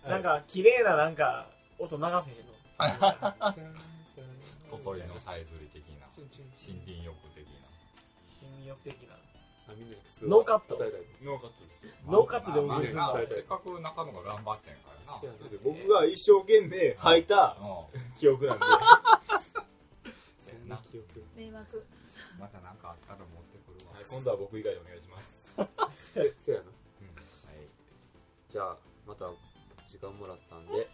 [SPEAKER 1] え。
[SPEAKER 5] なんか、綺麗ななんか、音流せへんの。 *laughs*
[SPEAKER 6] 小鳥のさえずり的な、森林浴的
[SPEAKER 5] 品欲的な。
[SPEAKER 2] あみんなに靴を
[SPEAKER 5] ノーカット
[SPEAKER 2] 叩いたり
[SPEAKER 1] ノーカットですよ。
[SPEAKER 6] な。
[SPEAKER 5] ノーカットでお送りする
[SPEAKER 6] まあ
[SPEAKER 5] の
[SPEAKER 6] まあせっかく中野が頑張ってんからな。
[SPEAKER 2] いやだって僕
[SPEAKER 1] 僕が一生懸命吐いた
[SPEAKER 6] うん
[SPEAKER 1] 記憶なんで、
[SPEAKER 6] せやな。
[SPEAKER 2] 記憶
[SPEAKER 4] 迷惑。
[SPEAKER 6] またなんかあったら持ってくるわ。
[SPEAKER 1] 今度は僕以外でお願いします。
[SPEAKER 2] *laughs* えそうや
[SPEAKER 6] は
[SPEAKER 2] な。
[SPEAKER 6] い。
[SPEAKER 2] じゃあ、また時間もらったんで。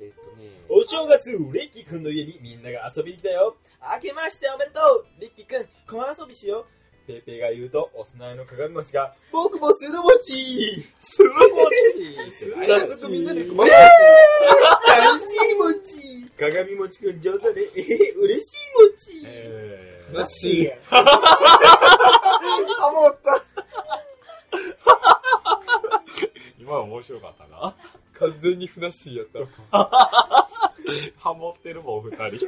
[SPEAKER 2] えっとね、
[SPEAKER 1] お正月、リッキーくんの家にみんなが遊びに来たよ。明けましておめでとうリッキーくん、駒遊びしよう。ペイペイが言うと、お供えの鏡餅が、僕もする餅する餅早速みんなで駒餅。楽しい餅鏡餅くん上手で、えへ嬉しい餅
[SPEAKER 6] えー
[SPEAKER 1] らしい。
[SPEAKER 5] あ、もうった。
[SPEAKER 6] *laughs* 今の面白かったな。
[SPEAKER 2] 完全にふなっしーやった。
[SPEAKER 6] ハモってるもん、お二人。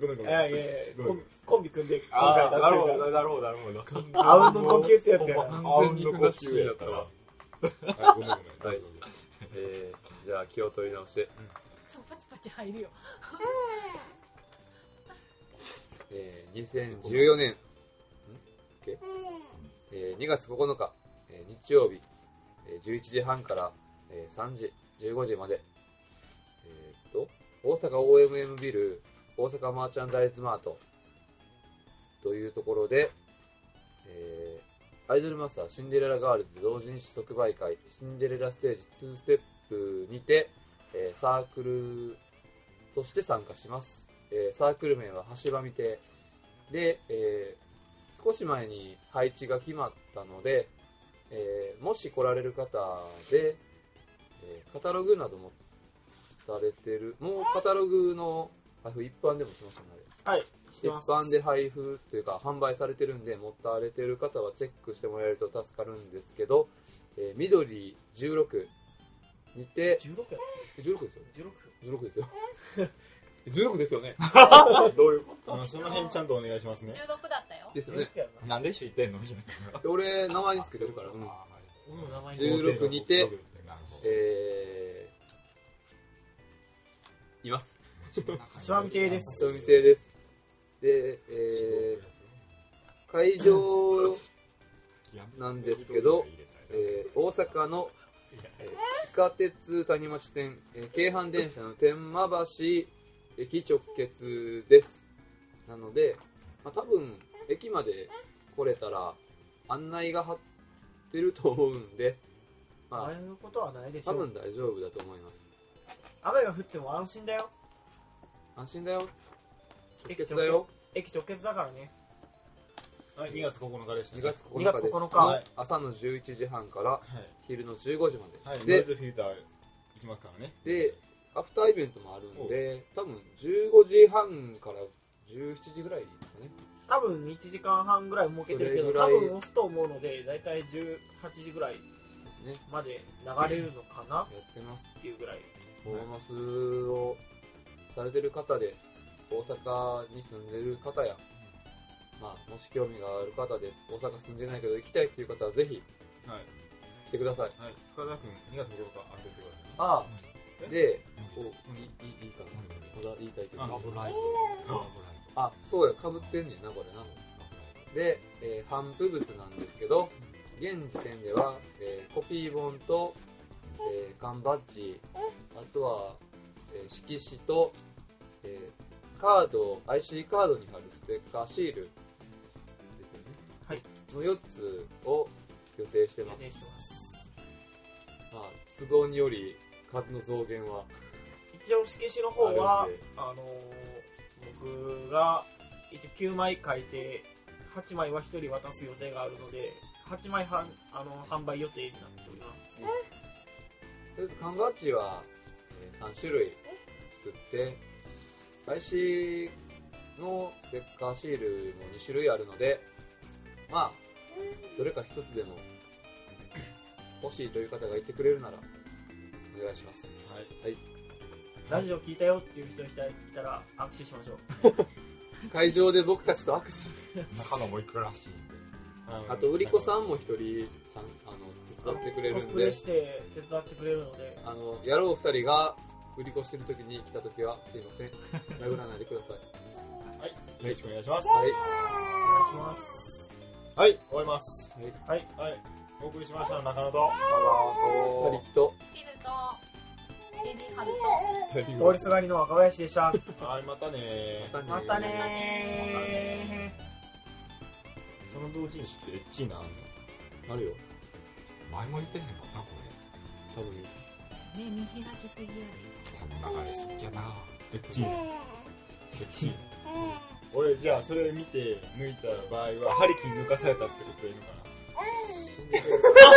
[SPEAKER 1] ごめんごめ
[SPEAKER 5] い
[SPEAKER 1] ん。
[SPEAKER 5] やいやいやコンコンビ組んで、今回出し
[SPEAKER 6] なる
[SPEAKER 5] てる
[SPEAKER 6] ほ
[SPEAKER 5] か
[SPEAKER 6] ど、なるほど、なるほど。
[SPEAKER 5] ら。あうんの呼吸ってやつやな。
[SPEAKER 6] 完全にふなっしーやった
[SPEAKER 1] は
[SPEAKER 6] わ。
[SPEAKER 1] いごめんごめん。
[SPEAKER 2] はい。えー、じゃあ気を取り直して、
[SPEAKER 4] そう、パチパチ入るよ。
[SPEAKER 2] えー、2014年、んええー、2月9日、えー日曜日、えー、11時半から、えー、3時、15時まで、えーっと、大阪 OMM ビル、大阪マーチャンダイズマート、というところで、えーアイドルマスターシンデレラガールズ同人誌即売会、シンデレラステージ2ステップにて、えーサークルとして参加します。えーサークル名は橋場見てで、えー少し前に配置が決まったので、えーもし来られる方で、えーカタログなどもされてるもうカタログの配布一般でもしましたねあれ
[SPEAKER 5] はいして
[SPEAKER 2] 一
[SPEAKER 5] ます
[SPEAKER 2] 般で配布というか販売されてるんで持たれてる方はチェックしてもらえると助かるんですけど、えー緑16にて
[SPEAKER 5] 16や
[SPEAKER 2] 16ですよ
[SPEAKER 5] ?16?
[SPEAKER 2] 16ですよ16ですよねどういうこ
[SPEAKER 1] あのその辺ちゃんとお願いしますね。
[SPEAKER 4] 中毒だったよ
[SPEAKER 2] と。ですよね
[SPEAKER 5] やな。
[SPEAKER 6] なんで知ってんのみたい
[SPEAKER 2] で俺名前につけてるから、うん
[SPEAKER 5] 俺の名前
[SPEAKER 2] 16
[SPEAKER 5] に。
[SPEAKER 2] にて
[SPEAKER 6] なるほど。
[SPEAKER 2] えー、います
[SPEAKER 5] シワミ亭です
[SPEAKER 2] 人見亭ですで、えー、会場、なんですけど、えー、大阪の、えー地下鉄谷町線、えー京阪電車の天満橋駅直結ですなので、まあ、多分駅まで来れたら案内が貼ってると思うんで、
[SPEAKER 5] あ
[SPEAKER 2] ま
[SPEAKER 5] あいうことはないで
[SPEAKER 2] あ、
[SPEAKER 5] し
[SPEAKER 2] 多
[SPEAKER 5] ょう
[SPEAKER 2] 分。大丈夫だと思います
[SPEAKER 5] 雨が降っても安心だよ。
[SPEAKER 2] 安心だよ直結だよ
[SPEAKER 5] 駅直結だからね。
[SPEAKER 1] はい、2月9日でした、
[SPEAKER 2] 2
[SPEAKER 1] ね。
[SPEAKER 2] 月9
[SPEAKER 5] 2
[SPEAKER 2] 日
[SPEAKER 5] 月
[SPEAKER 2] です
[SPEAKER 5] 9
[SPEAKER 1] は
[SPEAKER 5] 日
[SPEAKER 1] い。
[SPEAKER 2] 朝の11時半から昼の15時まで、
[SPEAKER 1] はい。はい、ノイ
[SPEAKER 2] で
[SPEAKER 1] ズフィルター行きますからね。
[SPEAKER 2] で、アフターイベントもあるんで多分15時半から17時ぐらいですかね
[SPEAKER 5] 多分1時間半ぐらい設けてるけ
[SPEAKER 2] それ
[SPEAKER 5] ど、
[SPEAKER 2] ぐら
[SPEAKER 5] 多
[SPEAKER 2] い
[SPEAKER 5] 分押すと思うので、だいたい18時ぐらい
[SPEAKER 2] ね
[SPEAKER 5] まで流れるのかな
[SPEAKER 2] やってます
[SPEAKER 5] っていうぐらい。
[SPEAKER 2] ボーマスをされてる方で大阪に住んでる方や、まあ、もし興味がある方で大阪住んでないけど行きたいっていう方はぜひ
[SPEAKER 1] はい。
[SPEAKER 2] 来てください
[SPEAKER 1] はい。深田君、2月9日開けてください。
[SPEAKER 2] ああ
[SPEAKER 1] え
[SPEAKER 2] でおいいいいいかなまだ言いたいけど
[SPEAKER 1] あ
[SPEAKER 6] 危ない。
[SPEAKER 2] あそうやかぶってんねんなこれなで、えー、反布物なんですけど、現時点では、えーコピー本と、えー缶バッジ、あとは、えー色紙と、えーカード、IC カードに貼るステッカーシールですよね。
[SPEAKER 5] はい。
[SPEAKER 2] の4つを予定してます
[SPEAKER 5] 予。定してます
[SPEAKER 2] まあ、都合により数の増減は
[SPEAKER 5] 一応色紙の方はあのー僕が一応9枚書いて8枚は1人渡す予定があるので8枚はあの販売予定になっております
[SPEAKER 2] とりあえず缶バッジは、え3種類作って、IC のステッカーシールも2種類あるので、まあ、どれか1つでも欲しいという方がいてくれるなら、お願いします。
[SPEAKER 1] はい。
[SPEAKER 5] ラジオ聞いたよっていう人いたいたら握手しましょう
[SPEAKER 2] 会場で僕たちと握手。
[SPEAKER 6] 中野も行くらしいんで。
[SPEAKER 2] あと、売り子さんも1人さんあの手伝ってくれ
[SPEAKER 5] コ
[SPEAKER 2] る
[SPEAKER 5] ス
[SPEAKER 2] ん
[SPEAKER 5] プレ
[SPEAKER 2] で、
[SPEAKER 5] して手伝ってくれるので
[SPEAKER 2] あの、野郎2人が売り子してる時に来た時は、すいません、殴らないでください。
[SPEAKER 1] よろしくお願いします。
[SPEAKER 2] はい。
[SPEAKER 5] お願いします
[SPEAKER 1] はい、終わります。
[SPEAKER 5] はい
[SPEAKER 1] はい。お送りしましたの中野と。
[SPEAKER 2] 二人と、
[SPEAKER 4] フィルと、レディハルと、
[SPEAKER 5] 通りすがりの若林でした
[SPEAKER 1] はい、またね
[SPEAKER 2] またね
[SPEAKER 5] また
[SPEAKER 4] またねー。
[SPEAKER 1] その同人誌ってエッチーなの
[SPEAKER 2] なるよ。
[SPEAKER 6] 前も言ってんねんもんな、こ
[SPEAKER 2] 多分
[SPEAKER 4] 目見開きすぎやで。
[SPEAKER 6] れ。この流れ好きやな。
[SPEAKER 1] エッチーな。エッチーな。俺、じゃあ、それ見て、抜いた場合は、針切り抜かされたってことでいいのかな
[SPEAKER 2] そん